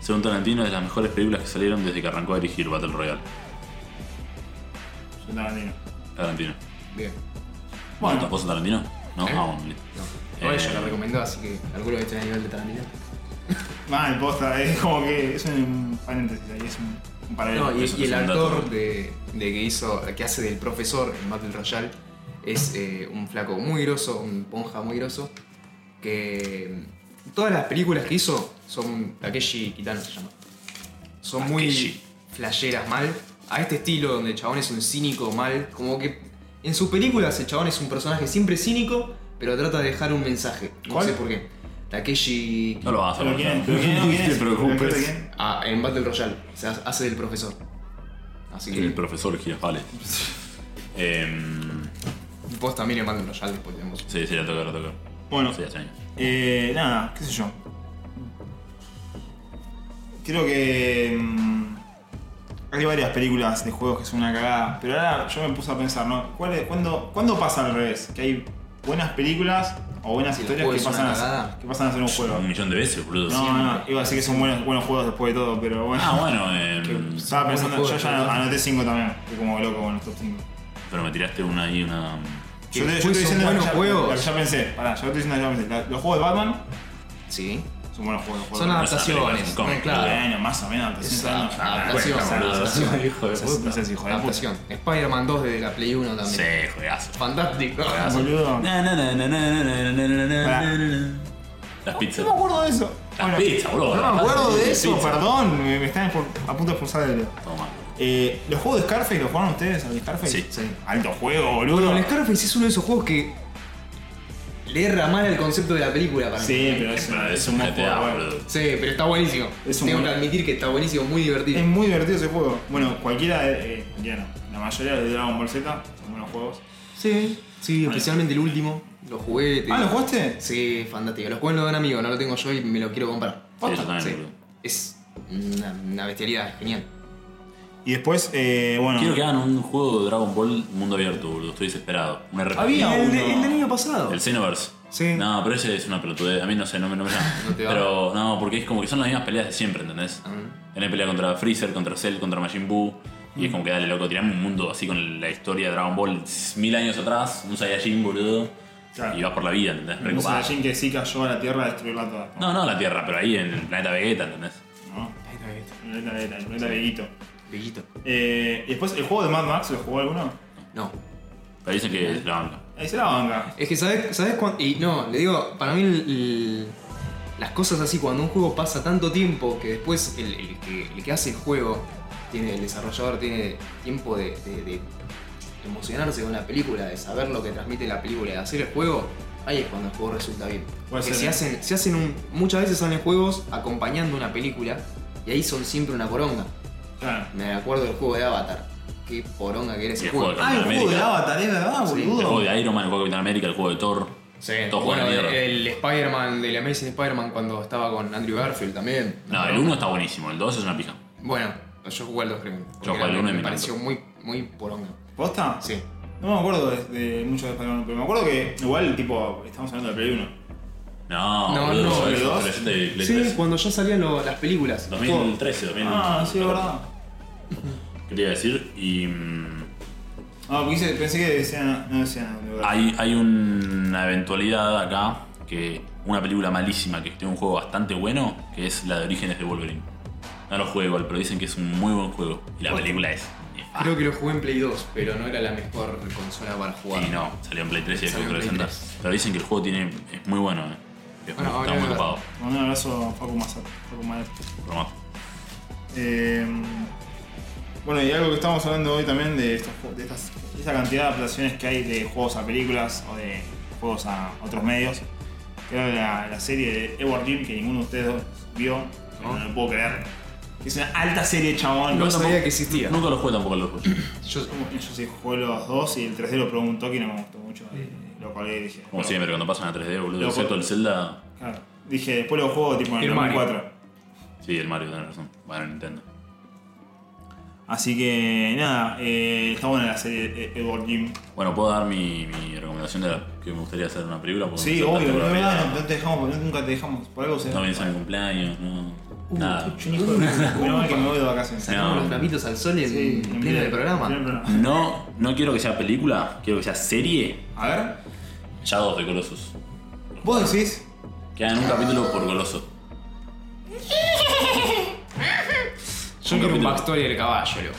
Según Tarantino, es de las mejores películas que salieron desde que arrancó a dirigir Battle Royale. Segundo Tarantino. Tarantino. Bien. Bueno. ¿Vos sos Tarantino? No, ¿Eh? ah, bueno, listo. No. Eh, Ella la recomendó, así que calculo que está a nivel de Tarantino. Mal, Ah, posta, eh, es como que es un paréntesis ahí, es un, un paralelo. No, y, Eso y el es un dato. actor de, de que hizo, que hace del profesor en Battle Royale es eh, un flaco muy groso, un ponja muy groso, que mm, todas las películas que hizo son Takeshi Kitano se llama. Son muy Takeshi. flasheras mal, a este estilo donde el chabón es un cínico mal, como que en sus películas el chabón es un personaje siempre cínico, pero trata de dejar un mensaje. No ¿Cuál? sé por qué. Takeshi No lo vas a hacer. ¿Pero quién es? boludo. ¿Pero quién es? ¿Quién No es? te ¿Pero preocupes. quién? ah, en Battle Royale, se hace hace del profesor. Así que El profesor Girafales. Em, Vos pues, también en Battle Royale después tenemos. sí, sí, la toca, la toca. Bueno, Sí, hace años. eh, nada, qué sé yo. creo que. mm, hay varias películas de juegos que son una cagada. Pero ahora yo me puse a pensar, ¿no? ¿Cuál es- cuándo, cuándo pasa al revés? Que hay buenas películas o buenas el historias juego que es una pasan, a, cagada. que pasan a ser un juego. Un millón de veces, boludo. No, no, iba a decir que son buenos, buenos juegos después de todo, pero bueno. Ah, bueno, eh, Estaba pensando, Buenos yo juegos, ya pero- anoté 5 también. Fui como loco con estos 5. pero me tiraste una ahí, una. Yo te, yo después estoy son diciendo buenos la que ya- juegos. la que ya pensé, pará, yo te estoy diciendo la que ya pensé. La- Los juegos de Batman Sí. son buenos juegos. los juegos Son de Batman. adaptaciones, adaptaciones. cómic, Claro. Bueno, más o menos, Es adaptación. adap- está adaptación, boludo. hijo de No seas Ah, hijo de puta. Adaptación. Spider-Man 2 de la Play 1 también. Sí, juegazo. Fantástico. Boludo. Na, na, na, na, na, na, na, na, na, na, Pará. na. Las pizzas. No me acuerdo de eso. Las Bueno, pizzas, boludo. No me acuerdo de eso, Pizza. perdón. Me, me están expul- a punto de expulsar del. Toma. Eh, ¿Los juegos de Scarface los jugaron ustedes? ¿Al de Scarface? Sí. Sí. Alto juego, boludo. Bueno, el Scarface es uno de esos juegos que le erra mal el concepto de la película para mí. Sí, pero es, Es un buen GTA, juego, boludo. Sí, pero está buenísimo. Es un Tengo buen- que admitir que está buenísimo, muy divertido. Es muy divertido ese juego. Bueno, cualquiera, de- eh, cualquiera no. La mayoría de Dragon Ball Z son buenos juegos. Sí, sí, especialmente el último. Los juguetes. Ah, ¿lo jugaste? Sí, fantástico. Los juegos lo dan amigo, no lo tengo yo y me lo quiero comprar. Sí, yo también, boludo. Es una, una bestialidad, genial. Y después, eh, bueno. Quiero que hagan un juego de Dragon Ball mundo abierto, boludo. Estoy desesperado. Un RPG. Había el, uno. de- el del año pasado. El Xenoverse. Sí. No, pero ese es una pelotudez. A mí no sé, no me, no me llama. No te va. Ah. pero no, porque es como que son las mismas peleas de siempre, ¿entendés? Tenés pelea contra Freezer, contra Cell, contra Majin Buu. Y es como que dale, loco, tiramos un mundo así con la historia de Dragon Ball mil años atrás, un Saiyajin, boludo. Claro. Y vas por la vida, ¿entendés? Un Recopado. Saiyajin que sí cayó a la Tierra a destruirla toda. No, no la Tierra, pero ahí en el planeta Vegeta, ¿entendés? ¿No? El planeta Vegeta, el planeta Veguito. Brillito. Eh, y después, ¿el juego de Mad Max lo jugó alguno? No. Pero dicen que es la banca. Ahí se la banca. Es que sabes, sabes cuan- Y no, le digo, para mí el- el- las cosas así, cuando un juego pasa tanto tiempo que después el, el que, el que hace el juego, tiene, el desarrollador tiene tiempo de, de- de emocionarse con la película, de saber lo que transmite la película, de hacer el juego, ahí es cuando el juego resulta bien. Puede Porque ser, si ¿eh? hacen, si hacen un, muchas veces salen juegos acompañando una película y ahí son siempre una poronga. Claro. Me acuerdo del juego de Avatar. Qué poronga que era ese Y el juego. juego de Capitán América. Avatar, es verdad, Sí. El juego de Iron Man, el juego de Capitán América, el juego de Thor. Sí, Todos juegan bueno, a el, mierda. el Spider-Man, del Amazing Spider-Man cuando estaba con Andrew Garfield también. No, el 1 está buenísimo, el 2 es una pija. Bueno, yo jugué al 2 creo. porque jugué al era- uno y Me me pareció muy, muy poronga. ¿Posta? Sí. No me acuerdo de, de mucho de Spider-Man, pero me acuerdo que igual, tipo, estamos hablando de Play 1. No, No, boludo, este, no, yo- el yo- dos. pero yo te- le- Sí, cuando ya salían lo- las películas. 2013, 2000. Ah, sí, es verdad. Quería decir, y. mm, Ah, porque hice- pensé que decían. No decían. de verdad. Hay, hay una eventualidad acá que una película malísima que tiene un juego bastante bueno, que es la de Orígenes de Wolverine. No lo juego igual, pero dicen que es un muy buen juego. Y la película es. eh, nefasta. Creo que lo jugué en Play 2, pero no era la mejor consola para jugar. Y no, salió en Play 3 y Salió Xbox en Play 360. 3. Pero dicen que el juego tiene, es muy bueno, eh. Es Bueno, muy- está ahora- muy copado. Te mando Un abrazo a Facu Mazar. Facu Maer. por más. Eh, bueno, y algo que estamos hablando hoy también de, estos ju- de, estas, de esta cantidad de adaptaciones que hay de juegos a películas o de juegos a otros medios. Creo que la, la serie de Edward Jim que ninguno de ustedes dos vio, que no, lo puedo creer. Es una alta serie, chabón. No Yo sabía que existía. Nunca lo jugué tampoco al otro. Yo, Yo sí jugué los dos y el 3D lo probé un toque y no me gustó mucho. y Lo colgué y dije. Como no. siempre, cuando pasan a 3D, boludo. Loco. Excepto el Zelda. Claro. Dije, después lo juego tipo en el El Mario. 2004. Sí, el Mario, tenés razón. Bueno, Nintendo. Así que nada, eh, está buena la serie de Edward Jim. Bueno, ¿puedo dar mi, mi recomendación de la que me gustaría hacer una película? Porque Sí, no sé obvio, tanto no, la no, película. no te dejamos, porque nunca te dejamos. Por algo se. No pienso en el cumpleaños, no. Uh, uh, nada. Yo ni hijo de puta. Menos mal que me voy de vacaciones. sacamos los trapitos al sol en En pleno del en pleno programa. programa. No, no quiero que sea película, quiero que sea serie. A ver, Shadow de Colossus. vos decís. Que hagan un capítulo por Colossus. Yo quiero un backstory del caballo, loco.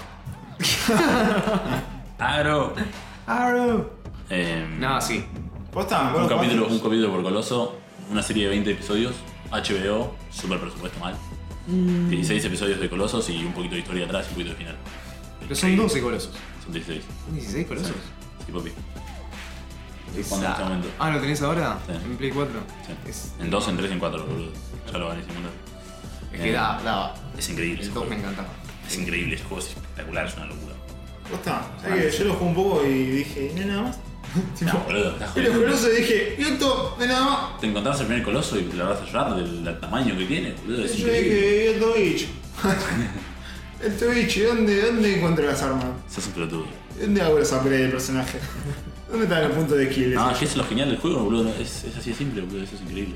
Aro. Arrow. Eh, No, sí. Posta, un, capítulo, un capítulo por Coloso, una serie de 20 episodios, HBO, super presupuesto mal. 16 episodios de Colosos y un poquito de historia atrás y un poquito de final. Pero son 12 colosos. Son 16. ¿Son 16 colosos? Sí, papi. Cuando en este momento. Ah, ¿lo tenés ahora? Sí. En Play 4. Sí. Es, En 2, en 3, en 4, boludo. Ya lo van a es que da, daba. Es increíble. ese El 2 me juego. encantaba. Es increíble, ese juego es espectacular, es una locura. Posta, o sea que yo lo jugué un poco y dije, no, nada más. No, boludo, estás Y los jodido. colosos dije, y esto, de nada más. Te encontrás el primer coloso y te lo vas a llorar del, del tamaño que tiene, boludo. Es Y yo increíble. dije, ¿y esto bicho? Este bicho, ¿dónde, ¿dónde encuentro las armas? Sos un pelotudo. ¿Dónde hago los upgrades del personaje? ¿Dónde están los puntos de kill? No, y eso es lo genial del juego, boludo. Es, es así de simple, boludo. Eso es increíble.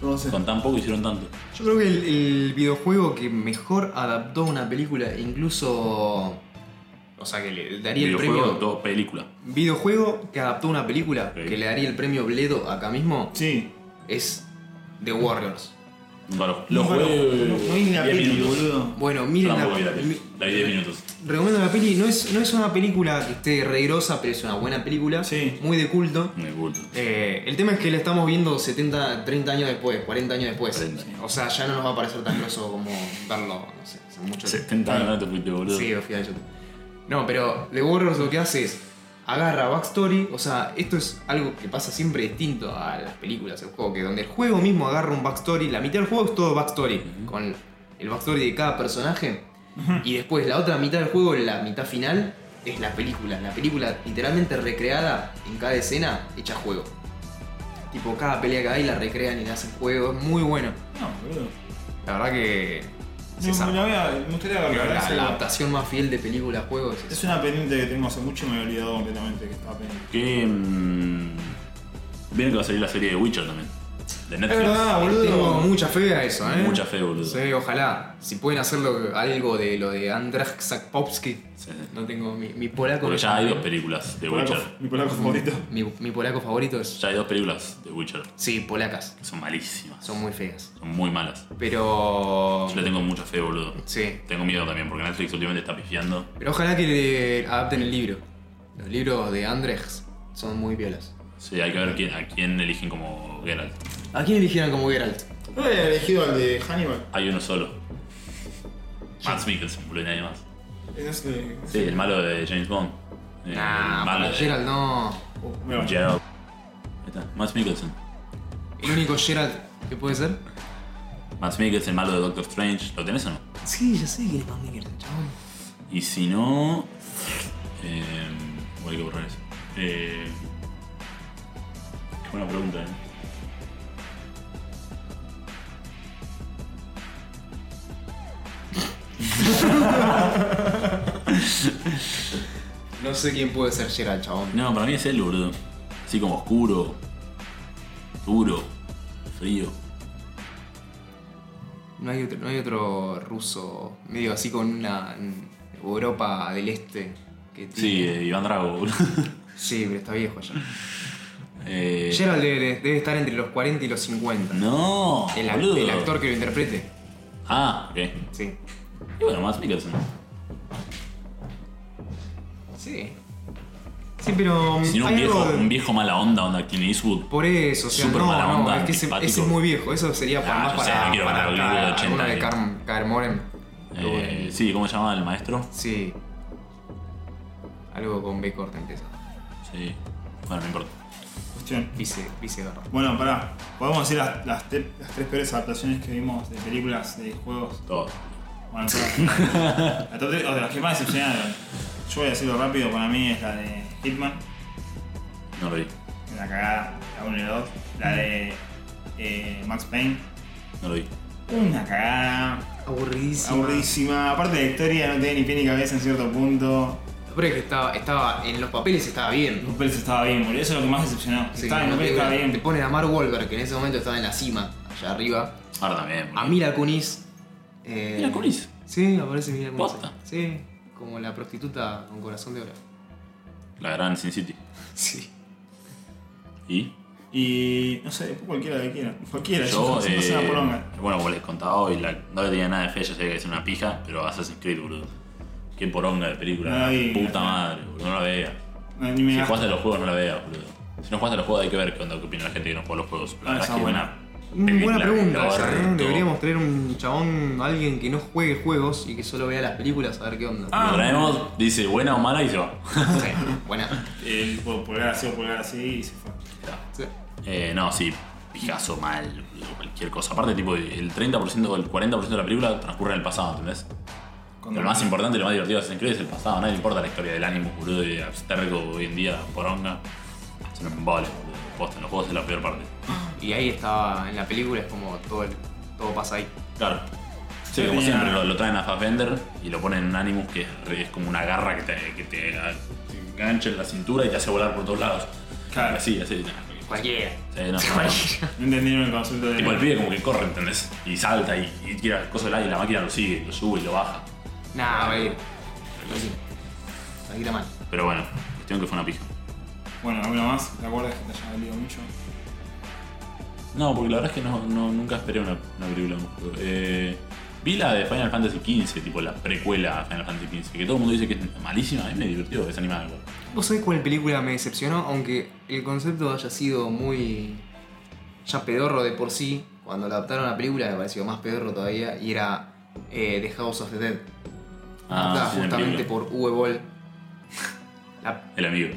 no sé. Con tan poco hicieron tanto. Yo creo que el, el videojuego que mejor adaptó una película, incluso. O sea, que le daría el Videojuego, premio. dos películas. Videojuego que adaptó una película, Sí. que le daría el premio Bledo acá mismo, Sí. es The Warriors. Nunca lo, lo Nunca jugué. No vi ni la 10 peli, minutos. boludo. Bueno, miren Tampoco vi la mi- peli. La vi 10 minutos. Recomiendo la peli, no es, no es una película que esté reigrosa, pero es una buena película, Sí. muy de culto. Me culto. Eh, el tema es que la estamos viendo 70, 30 años después, 40 años después. 40. O sea, ya no nos va a parecer tan groso como verlo, no sé, hace mucho 70 Ah. años no te fuiste, boludo. Sí, lo fui a YouTube. No, pero The Warriors lo que hace es agarra backstory, o sea, esto es algo que pasa siempre distinto a las películas, el juego, que donde el juego mismo agarra un backstory, la mitad del juego es todo backstory, con el backstory de cada personaje, y después la otra mitad del juego, la mitad final, es la película, la película literalmente recreada en cada escena, hecha juego. Tipo, cada pelea que hay la recrean y la hacen juego, es muy bueno. No, boludo. La verdad que... se No, zarpa. la voy a- me gustaría verla, la, ¿verdad? la adaptación más fiel de película a juego es esa. Es una pendiente que tengo hace mucho y me había olvidado completamente que estaba pendiente. Que. mm, Viene que va a salir la serie de Witcher también. De Es Netflix. verdad, Tengo boludo. ah, mucha fe a eso, ¿eh? Mucha fe, boludo. Sí, ojalá. Si pueden hacerlo algo de lo de Andrzej Sapkowski. Sí. No tengo mi, mi polaco. Porque ya hay dos películas de Polaco- Witcher. Mm. Mi polaco favorito. Mi, mi polaco favorito es. Ya hay dos películas de Witcher Sí, polacas. que son malísimas. Son muy feas. Son muy malas. Pero. Yo le tengo mucha fe, boludo. Sí. Tengo miedo también porque Netflix últimamente está pifiando. Pero ojalá que le adapten el libro. Los libros de Andrzej son muy violas. Sí, hay que ver quién- a quién eligen como Geralt. ¿A quién eligieron como Geralt? Eh, ¿No había elegido al de Hannibal? Hay uno solo. Max Mikkelsen, boludo, y nadie más. En ese- Sí, el malo de James Bond. Eh, Nah, el para malo de Ah, Geralt no. Oh, mira. Geralt. Ahí está, Max Mikkelsen. El único Geralt que puede ser. Max Mikkelsen, el malo de Doctor Strange. ¿Lo tenés o no? Sí, ya sé quién es más Geralt, chabón. Y si no. Eh, o hay que borrar eso. Eh, qué buena pregunta, eh. No sé quién puede ser Geralt, chabón. No, para mí es él, boludo. Así como oscuro, duro, frío. No hay otro, no hay otro ruso medio así con una en Europa del Este que Sí, tiene- eh, Iván Drago, boludo. Sí, pero está viejo ya. Eh, Gerald debe, debe estar entre los 40 y los 50. no, El, ac- boludo. el actor que lo interprete. Ah, ok. Sí. Y bueno, más Mikkelsen. Sí. Sí, pero. Si no, un hay viejo, algo de- un viejo mala onda, onda Clint Eastwood. Por eso, o sea, Súper no, mala no, onda, es que ese, ese es antipático. muy viejo. Eso sería para Ah, más yo sé, para. no quiero para hablar de un boludo de Eh, 80 acá, alguno de que- Carm, Carmoren. Eh, sí, ¿cómo se llama el maestro? Sí. Algo con B corta empieza. Sí. Bueno, no importa. Cuestión. Vice, vice Garra. Bueno, pará. Podemos decir las, las te- las tres peores adaptaciones que vimos de películas, de juegos. Todo. Bueno, pará. la top tres- o de las que más decepcionaron. Yo voy a decirlo rápido, para mí es la de Hitman, No lo vi. que es la cagada, la 1 y la 2. La de eh, Max Payne, No lo vi. una cagada. Aburridísimo. Aburridísima. Aparte la historia no tiene ni pie ni cabeza en cierto punto. Pero es que estaba, estaba, en los papeles estaba bien. Los papeles estaba bien, boludo. Eso es lo que más decepcionó. Sí, estaba, no en los te- papeles estaba Te bien. ponen a Mark Wahlberg, que en ese momento estaba en la cima, allá arriba. Ahora también, A boludo. Mila Kunis. eh, Mira, Curis. Sí, aparece Mila Kunis. Posta. Sí, como la prostituta con corazón de oro. La gran Sin City. Sí. ¿Y? Y no sé, después cualquiera de quiera. Cualquiera, Yo, yo, no sé, una eh, poronga. bueno, como les contaba hoy, la- no le tenía nada de fe, yo sé que es una pija, pero Assassin's Creed, boludo. Qué poronga de película, Ay, puta ajá. madre, boludo, no la veas. No, ni me Si gasto. jugaste a los juegos, no la veas, boludo. Si no jugaste a los juegos, hay que ver qué onda, qué opina la gente que no juega a los juegos. La Ah, verdad es esa que es buena. película Mm, buena de pregunta. esa, ¿eh? orto. Deberíamos tener un chabón, alguien que no juegue juegos y que solo vea las películas a ver qué onda. Lo traemos, dice buena o mala y se va. Sí, buena. El pulgar así o pulgar así y se fue. Sí. Eh, no, sí, pijazo mal, boludo, cualquier cosa. Aparte, tipo, el 30% o el 40% de la película transcurre en el pasado, ¿entendés? Lo más importante y lo más divertido de Assassin's Creed es el pasado, a nadie le importa la historia del ánimo, boludo, de Abstergo hoy en día, poronga. Es un embole. boludo. Posta, en los juegos es la peor parte. Y ahí estaba, en la película es como todo, el- todo pasa ahí. Claro. Sí, Yo como tenía- siempre, lo, lo traen a Fassbender y lo ponen en Animus, que es, re- es como una garra que, te, que te, te engancha en la cintura y te hace volar por todos lados. Claro. Así, así. Cualquiera. Sí, no, no, Cualquiera. No entendieron el concepto de. Tipo, el pibe como que corre, ¿entendés? Y salta y, y tira las cosas del aire y la máquina lo sigue, lo sube y lo baja. Nah, güey. Lo sí. Aquí está mal. Pero bueno, cuestión que fue una pija. Bueno, alguna más, ¿te acuerdas que te haya valido mucho? No, porque la verdad es que no, no- nunca esperé una, una película de un juego. Eh, vi la de Final Fantasy XV, tipo la precuela a Final Fantasy XV, que todo el mundo dice que es malísima, a mí me divirtió, es animada igual. ¿Vos sabés cuál película me decepcionó? Aunque el concepto haya sido muy. ya pedorro de por sí, cuando la adaptaron a la película me pareció más pedorro todavía y era eh, The House of the Dead. Adaptada Ah, sí, en justamente película. por Uwe Boll. La- El amigo.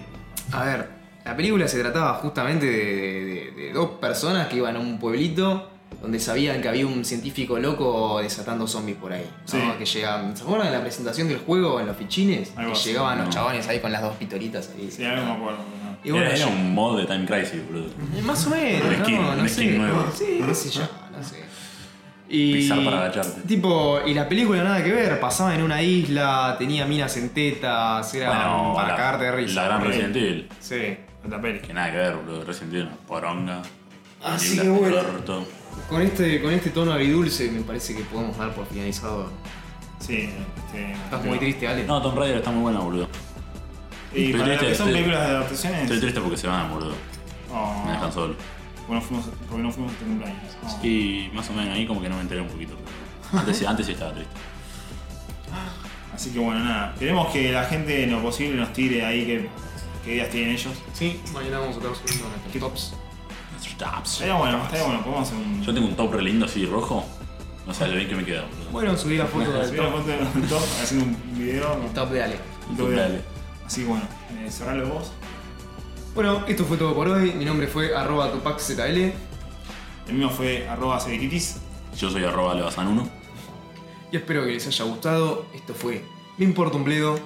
a ver, la película se trataba justamente de, de- de dos personas que iban a un pueblito donde sabían que había un científico loco desatando zombies por ahí. ¿no? Sí. Que llegaban, ¿Se acuerdan de la presentación del juego en los fichines? Algo que así, llegaban no. los chabones ahí con las dos pitoritas ahí. Sí, algo me acuerdo. ¿no? Y bueno, era, era yo- un mod de Time Crisis, boludo. más o menos, Un ¿no? skin, no, un sé. skin nuevo. Sí, qué sé yo, no sé. Y, Pisar para agacharte. Tipo, y la película nada que ver, pasaba en una isla, tenía minas en tetas, era Bueno, para la- cagarte de risa. La gran Sí. Resident Evil. Sí. Alta peli. Que nada que ver, boludo. Resident Evil, una poronga. Así película que Ah, bueno. del orto. Con este, con este tono agridulce me parece que podemos dar por finalizado. Sí, este, sí. Estás muy triste, Ale. No, Tomb Raider está muy buena, boludo. Y Estoy para lo triste, que son estoy- películas de adaptaciones. Estoy triste porque se van, boludo. Oh, Me dejan solo. porque no fuimos, porque no fuimos a tu cumpleaños. Ah. Oh. Y más o menos ahí como que no me enteré un poquito. pero Antes, sí- antes sí estaba triste. Así que bueno, nada. Queremos que la gente en lo posible nos tire ahí que, qué ideas tienen ellos. Sí, mañana vamos a estar subiendo nuestros tops. Stops. Estaría bueno, estaría bueno, podemos hacer un. Yo tengo un top re lindo así rojo. No sabes lo bien que me queda, boludo. Bueno, subí la foto del subir una top, foto de un top haciendo un video. ¿no? top de Ale. Un Top de Ale. Así que bueno, eh, cerralo vos. Bueno, esto fue todo por hoy. Mi nombre fue arroba tupaczl. El mío fue arroba cediquitis. Yo soy arroba lebasan1. Y espero que les haya gustado. Esto fue No importa un bledo.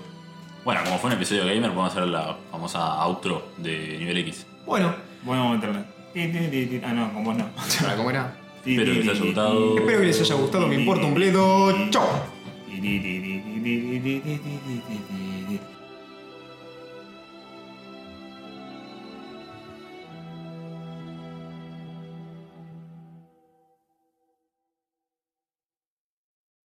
Bueno, como fue un episodio gamer, podemos hacer la famosa outro de nivel X. Bueno, Bueno, vamos a meterle. Ti, ti, ti, ti. Ah, no, con vos no. para comer a- Ti, Espero ti, que les ti, haya ti, gustado. ti. Espero que les haya gustado. Me importa un bledo. Chao. Chao.